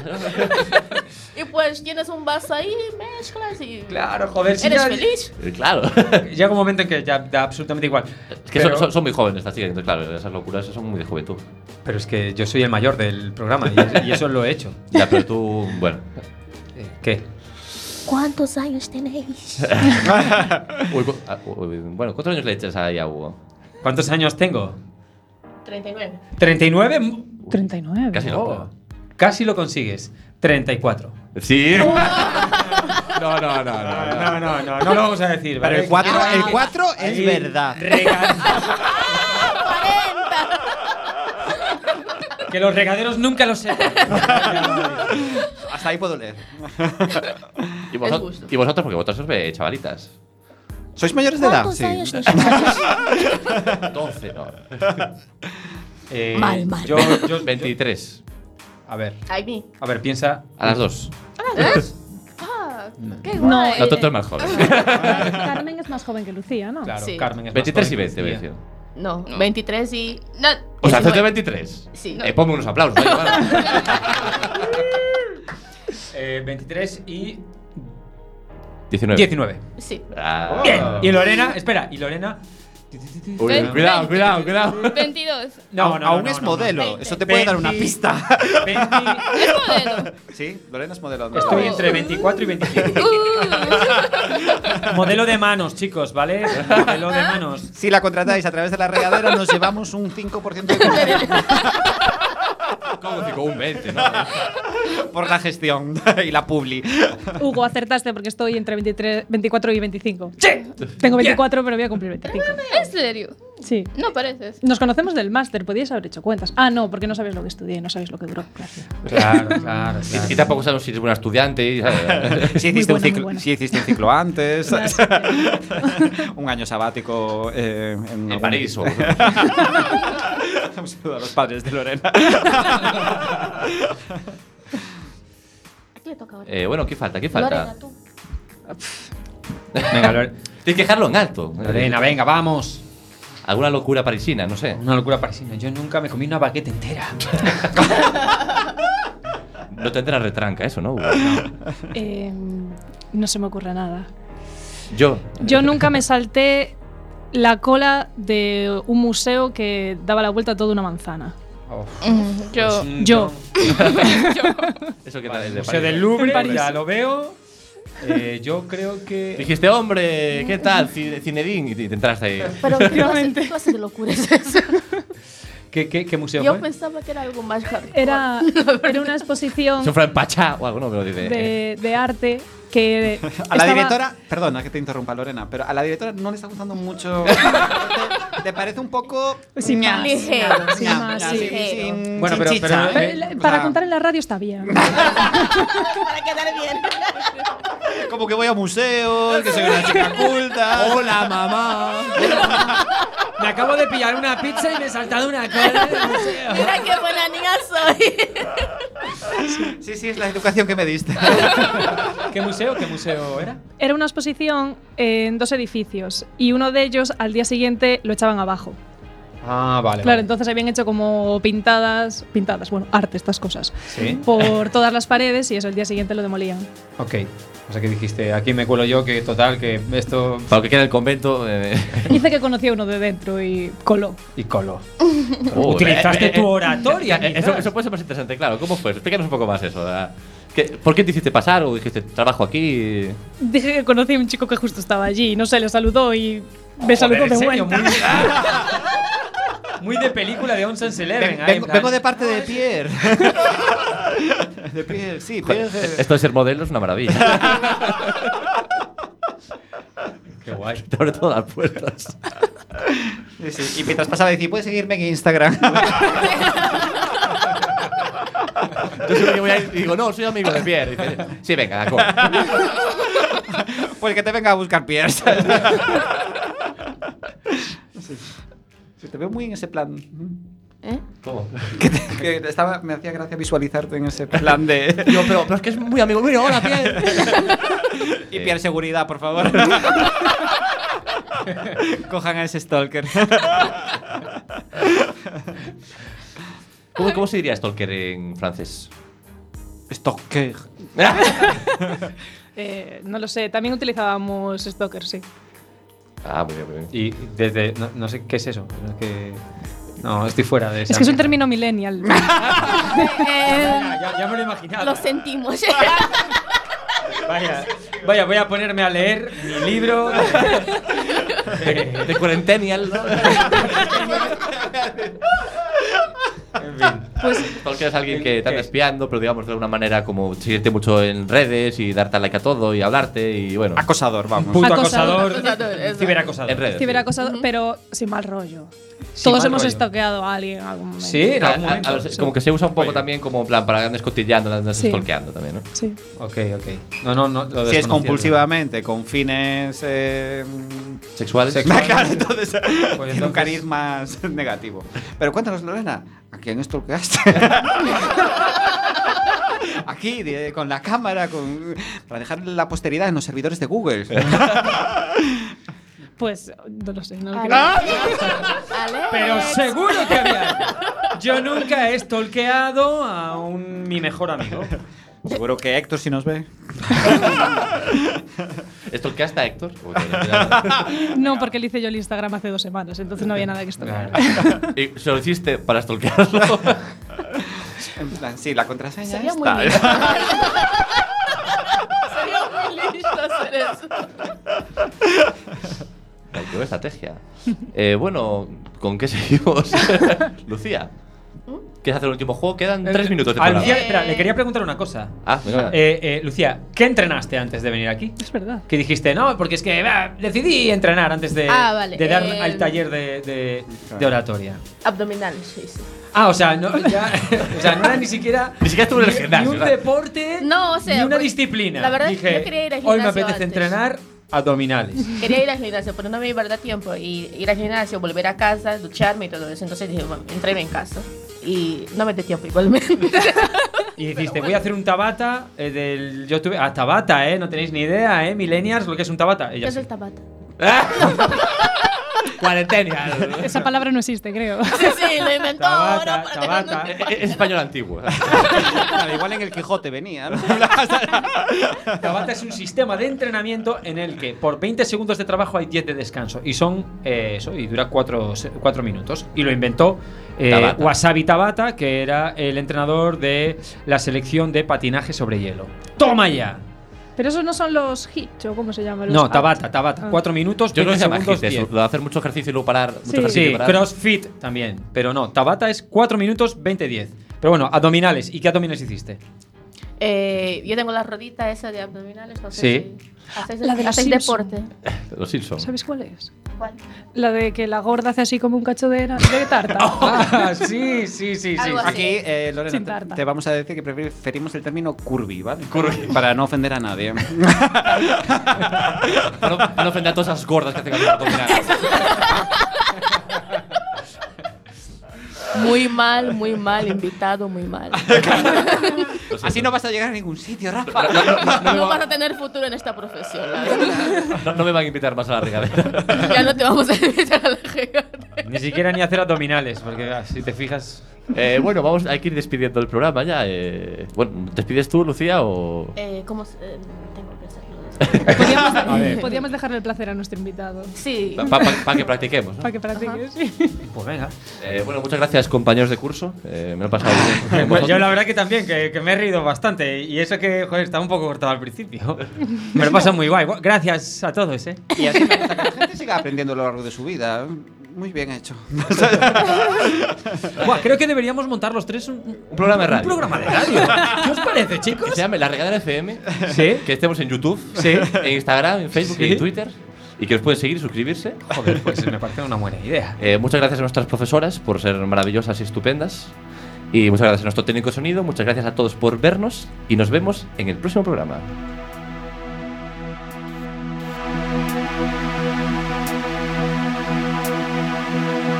H: Y pues tienes un vaso ahí, mezclas y...
E: Claro, joder. sí,
H: ¿Eres
E: ya,
H: feliz?
D: Eh, claro.
E: Llega un momento en que ya da absolutamente igual.
D: Es que
E: pero,
D: son, son- son muy jóvenes estas chicas, entonces, claro, esas locuras son muy de juventud.
E: pero es que yo soy el mayor del programa y, y eso lo he hecho.
D: Ya, pero tú, bueno.
E: Eh, ¿Qué?
A: ¿Cuántos años tenéis?
D: Uy, cu- ah, uy, bueno, ¿cuántos años le echas ahí a Hugo?
E: ¿Cuántos años tengo?
H: 39.
E: ¿39?
I: 39.
D: Casi
E: Oh,
D: lo
E: casi lo consigues. 34.
D: Sí. No, no, no, no.
E: No, no, no, no lo vamos a decir.
F: Pero el 4, el cuatro es
E: Ahí.
F: verdad.
E: Que los regaderos nunca lo sepan.
F: Hasta ahí puedo leer.
D: ¿Y,
H: Es
D: vosotros,
H: justo.
D: y vosotros, porque vosotros sois eh, chavalitas.
F: ¿Sois mayores de edad?
A: ¿Cuántos
F: Sí.
A: años tenéis?
D: 12, no.
E: Eh,
A: Mal, mal.
E: Yo, yo-
D: 23.
E: a ver,
H: Ay, mi.
E: a ver, piensa.
D: A las 2.
H: Ah, qué
I: No,
H: guay.
D: No, tonto es más joven.
I: Carmen es más joven que Lucía, ¿no?
E: Claro,
H: Sí.
E: Carmen es más
D: 23 y
E: joven
D: 20,
E: que
D: voy a
E: Lucía.
D: decir.
H: No, 23 y... No,
D: O sea, haces de
H: 19.
D: 23.
H: Sí.
D: Eh, ponme unos aplausos. vaya, vale.
E: Eh, 23 y
D: 19.
E: 19.
H: Sí.
D: Ah.
E: Bien. Y Lorena, espera, y Lorena.
D: Uy,
G: Ven,
D: cuidado,
G: ven.
D: cuidado, cuidado.
G: 22.
E: No, no,
F: Aún
E: no,
F: es
E: no, no.
F: modelo.
H: Veinte.
F: Eso te puede dar una
E: Veinti-
F: pista.
E: 20
G: Es modelo.
F: sí, Lorena es modelo.
E: estoy entre
I: Oh.
E: 24 y 25. Modelo de manos, chicos, ¿vale? Modelo de manos.
F: Si la contratáis a través de la regadera, nos llevamos un 5% de comisión.
D: ¿Cómo digo? Un 20, ¿no?
F: por la gestión y la publi.
I: Hugo, acertaste porque estoy entre 23, 24 y 25. ¡Sí! Tengo 24, pero voy a cumplir 25.
G: ¿En serio?
I: Sí.
G: No pareces.
I: Nos conocemos del máster, podíais haber hecho cuentas. Ah, no, porque no sabéis lo que estudié, no sabéis lo que duró. Gracias.
E: Claro, claro,
D: Y, y
E: claro.
D: tampoco sabemos si eres buena estudiante. ¿sabes?
F: Si hiciste, un,
I: buena, muy
F: ciclo,
I: buena.
F: si hiciste un ciclo antes,
I: Gracias.
F: un año sabático eh, en,
D: en
F: algún-
D: París. O,
F: Un saludo a los padres de Lorena.
H: ¿A ti le toca ahora?
D: Eh, bueno, ¿qué falta? ¿Qué falta?
H: Lorena, tú.
E: Venga, Lore-
D: Tienes que dejarlo en alto.
E: Lorena, venga, vamos.
D: Alguna locura parisina, no sé.
E: Una locura parisina. Yo nunca me comí una baguette entera.
D: No tendrá retranca eso, ¿no? Hugo?
I: Eh, no se me ocurre nada.
D: Yo.
I: Yo nunca me salté la cola de un museo que daba la vuelta a toda una manzana.
G: Yo.
I: Yo.
D: Eso que tal,
E: Vale,
D: el
E: el
D: de
E: Museo
D: París.
E: del Louvre,
I: París.
E: ya lo veo. Eh, yo creo que.
D: Dijiste, hombre, ¿qué tal? Ci- Zinedine. Y te te entraste ahí.
H: Pero ¿qué clase, qué clase de locura es eso?
E: ¿Qué, qué, qué museo
H: Yo
E: fue?
H: pensaba que era algo más hardcore.
I: Era, era una exposición
D: Eso fue en Pachá o algo, no, pero dice. eh,
I: de, de arte que.
F: A la
I: estaba-
F: directora, perdona que te interrumpa Lorena, pero a la directora no le está gustando mucho. te, te parece un poco
I: Sin
F: ña,
I: más.
G: Ligero.
I: Sin
F: ña,
I: más,
F: ña,
I: sí.
F: sin- sin-
E: Bueno,
F: sin
E: pero-
F: chicha.
E: pero-
I: Pero,
E: eh,
I: eh, para
F: la-
I: contar en la radio está bien.
G: Para quedar bien.
F: Como que voy a museos, que soy una chica culta.
E: Hola, mamá. me acabo de pillar una pizza y me he saltado una cola del museo.
G: Mira qué buena niña soy.
F: Sí, sí, es la educación que me diste.
E: ¿Qué museo? ¿Qué museo era?
I: Era una exposición en dos edificios y uno de ellos al día siguiente lo echaban abajo.
E: Ah, vale.
I: Claro, entonces habían hecho como pintadas, pintadas, bueno, arte, estas cosas,
E: Sí.
I: por todas las paredes y eso al día siguiente lo demolían.
E: Ok. O sea que dijiste, aquí me cuelo yo, que total, que esto.
D: Para lo que queda el convento. eh,
I: Dice que conoció uno de dentro y coló.
E: Y colo.
D: oh,
E: Utilizaste
D: eh, eh,
E: tu
D: eh,
E: oratoria,
D: eh,
E: quizás.
D: Eso, eso puede ser más interesante, claro. ¿Cómo fue? Explícanos un poco más eso. da. ¿Qué- ¿Por qué te hiciste pasar o dijiste trabajo aquí?
I: Dije que conocí a un chico que justo estaba allí, no sé, le saludó y me
E: Joder,
I: saludó
E: en
I: de
E: serio,
I: vuelta.
E: Muy, muy de película de Onsen Eleven. ahí, en
F: vengo,
E: plan-
F: vengo de parte de Pierre. de Pierre, sí, Pierre. eh,
D: Esto de ser modelo es una maravilla.
E: Qué guay.
D: Te abre todas las puertas.
F: Sí, sí. Y mientras pasaba decía, puedes seguirme en Instagram.
D: Yo siempre que voy ahí digo, no, soy amigo de Pierre. Y dice, sí, venga, de acuerdo.
F: pues que te venga a buscar Pierre. ¿sabes? Sí. Sí, Te veo muy en ese plan.
H: ¿Eh?
F: Que, te- que estaba, me hacía gracia visualizarte en ese plan de.
D: Digo, pero, pero es que es muy amigo mío. Hola, Pierre.
F: Y Pierre, seguridad, por favor. Cojan a ese stalker.
D: ¿Cómo, cómo se diría stalker en francés?
F: Stalker.
I: Eh, no lo sé, también utilizábamos stalker, sí.
D: Ah, muy bien, muy bien.
E: Y desde. No, no sé qué es eso. No, es que- no, estoy fuera de esa.
I: Es que es un término millennial.
E: Ya, ya- ya me lo imaginaba.
H: Eh, Lo sentimos.
E: Vaya, vaya, voy a ponerme a leer mi libro. Eh,
D: eh, De cuarentenial, ¿no?
E: en fin.
D: Stalker es alguien que te anda
E: ¿Qué?
D: espiando, pero digamos de una manera como seguirte mucho en redes y darte like a todo y hablarte y bueno.
F: Acosador, vamos.
E: Puto
I: Acosador.
E: acosador.
G: Acosador, eso.
E: ciberacosador.
D: En redes.
I: Ciberacosado, pero sin mal rollo. Todos
E: mal
I: hemos
E: rollo.
I: estoqueado a alguien en algún momento.
E: Sí, en
D: A-
E: algún
D: a-
E: momento.
D: a ver, como que se usa un poco
E: Oye.
D: también como en plan para andes cotillando, andes
I: Sí.
D: stalkeando también, ¿no?
I: Sí.
E: Ok, ok. No, no, no. Lo
F: Si es
E: desconocía.
F: compulsivamente, con fines. Eh,
D: Sexuales.
F: claro, Pues entonces, tiene
E: entonces-
F: un cariz más negativo. Pero cuéntanos, Lorena, ¿a quién stalkeaste? Aquí, de- con la cámara, con, para dejar la posteridad en los servidores de Google.
I: Pues no lo sé. No lo
H: Ale.
I: creo.
H: Ale.
E: Pero seguro que había. Yo nunca he stalkeado a un, mi mejor amigo.
F: Seguro que Héctor, si nos ve.
D: ¿Stalkeaste a Héctor?
I: No, porque le hice yo el Instagram hace dos semanas, entonces no había nada que estoquear.
D: y se lo hiciste para stalkearlo.
F: En plan, sí, la contraseña
H: Sería
F: es
H: muy
F: tal.
H: lindo. Sería muy lindo hacer eso.
D: Ay, qué buena estrategia. Eh, bueno, ¿con qué seguimos? Lucía. ¿Quieres hacer el último juego? Quedan
E: Eh,
D: tres minutos de
E: a
D: programa.
E: Lucía, espera, le quería preguntar una cosa.
D: Ah, venga.
E: Eh, eh, Lucía, ¿qué entrenaste antes de venir aquí?
I: Es verdad.
E: Que dijiste, no, porque es que bah, decidí entrenar antes de,
H: Ah, vale,
E: de dar
H: eh,
E: al taller de, de- de oratoria.
H: Abdominales, sí, sí.
E: Ah, o sea, no, ya- o sea, no era ni siquiera.
D: Ni siquiera estuve en el
E: Ni
D: gimnasio.
E: un
D: ¿verdad?
E: deporte,
H: No, o sea,
E: ni una
H: porque
E: disciplina.
H: la verdad es que
E: Dije,
H: yo quería ir al
E: Hoy me
H: gimnasio
E: apetece
H: antes".
E: entrenar abdominales.
H: Quería ir al gimnasio, pero no me iba a dar tiempo. Y ir al gimnasio, volver a casa, ducharme y todo eso. Entonces dije, bueno, entréme en casa. Y no me dio tiempo igualmente.
E: Y dijiste, voy a hacer un tabata eh, del. Yo tuve. Ah, tabata, ¿eh? No tenéis ni idea, ¿eh? Millennials, lo que es un tabata.
H: Yo
E: Ella
H: soy
E: sí.
H: tabata.
E: Cuarentenia.
I: Esa palabra no existe, creo.
H: Sí, sí, lo inventó.
E: Tabata,
H: ¿no? Para tener-
E: tabata.
D: Eh, eh, Es español antiguo.
F: Claro, igual en el Quijote venía. ¿no?
E: Tabata es un sistema de entrenamiento en el que por 20 segundos de trabajo hay 10 de descanso. Y son eh, eso, y dura 4, minutos. Y lo inventó eh,
D: Tabata.
E: Wasabi Tabata, que era el entrenador de la selección de patinaje sobre hielo. ¡Toma ya!
I: Pero esos no son los hits, o cómo se llaman. los
E: No,
I: out.
E: Tabata, Tabata.
I: Ah.
E: 4 minutos,
D: Yo
E: 20
D: no sé más
E: segundos,
D: hit eso.
E: 10.
D: Lo de hacer mucho ejercicio y luego parar. Mucho
I: Sí.
D: ejercicio y
E: Sí,
D: parar.
E: CrossFit también. Pero no, Tabata es 4 minutos, 20-10. Pero bueno, abdominales. ¿Y qué abdominales hiciste?
H: Eh, yo tengo la rodita esa de abdominales. No sé
E: Sí.
H: si ¿Hacéis,
I: La de los
H: hacéis
I: Simpson.
H: deporte?
D: Los Simpsons.
I: ¿Sabes cuál es?
H: ¿Cuál?
I: La de que la gorda hace así como un cacho de, de tarta.
E: Ah, sí, sí, sí, sí.
H: Algo así.
F: Aquí, eh, Lorena,
I: Sin
F: te-
I: tarta.
F: te vamos a decir que preferimos el término curvy, ¿vale? Para no ofender a nadie.
D: Para no, para no ofender a todas esas gordas que hacen abdominales.
H: Muy mal, muy mal, invitado, muy mal.
F: Así no vas a llegar a ningún sitio, Rafa.
D: No, no, no, no me
H: No vas
D: va-
H: a tener futuro en esta profesión. la verdad.
D: no- no me van a invitar más a la regadera.
H: Ya no te vamos a invitar a la regata.
E: Ni siquiera ni hacer abdominales, porque ah, si te fijas.
D: Eh, bueno, vamos, hay que ir despidiendo el programa ya. eh. bueno, ¿despides tú, Lucía, o...?
H: Eh, ¿Cómo se- eh, tengo que hacerlo?
E: A ver.
I: Podríamos, podríamos dejarle el placer a nuestro invitado.
H: Sí.
D: Para que practiquemos. ¿no?
I: Para que practique, sí.
E: Pues venga.
D: Eh, bueno, muchas gracias, compañeros de curso. Eh, me lo he pasado bien. con
E: Pues
D: vosotros.
E: yo la verdad que también, que, que me he reído bastante. Y eso que, joder, estaba un poco cortado al principio. Me lo pasa muy guay. Gu- Gracias a todos, ¿eh?
F: Y así me gusta que la gente siga aprendiendo a lo largo de su vida. Muy bien hecho.
E: Buah, creo que deberíamos montar los tres un,
D: Un programa de radio.
E: un programa de radio. ¿Qué os parece,
D: Que
E: chicos?
D: se llame La Regadera FM.
E: Sí.
D: Que estemos en YouTube,
E: Sí.
D: en Instagram, en Facebook
E: Sí.
D: y en Twitter. Y que nos pueden seguir y suscribirse.
E: Joder, pues me parece una buena idea.
D: Eh, muchas gracias a nuestras profesoras por ser maravillosas y estupendas. Y muchas gracias a nuestro técnico de sonido. Muchas gracias a todos por vernos. Y nos vemos en el próximo programa.
A: Thank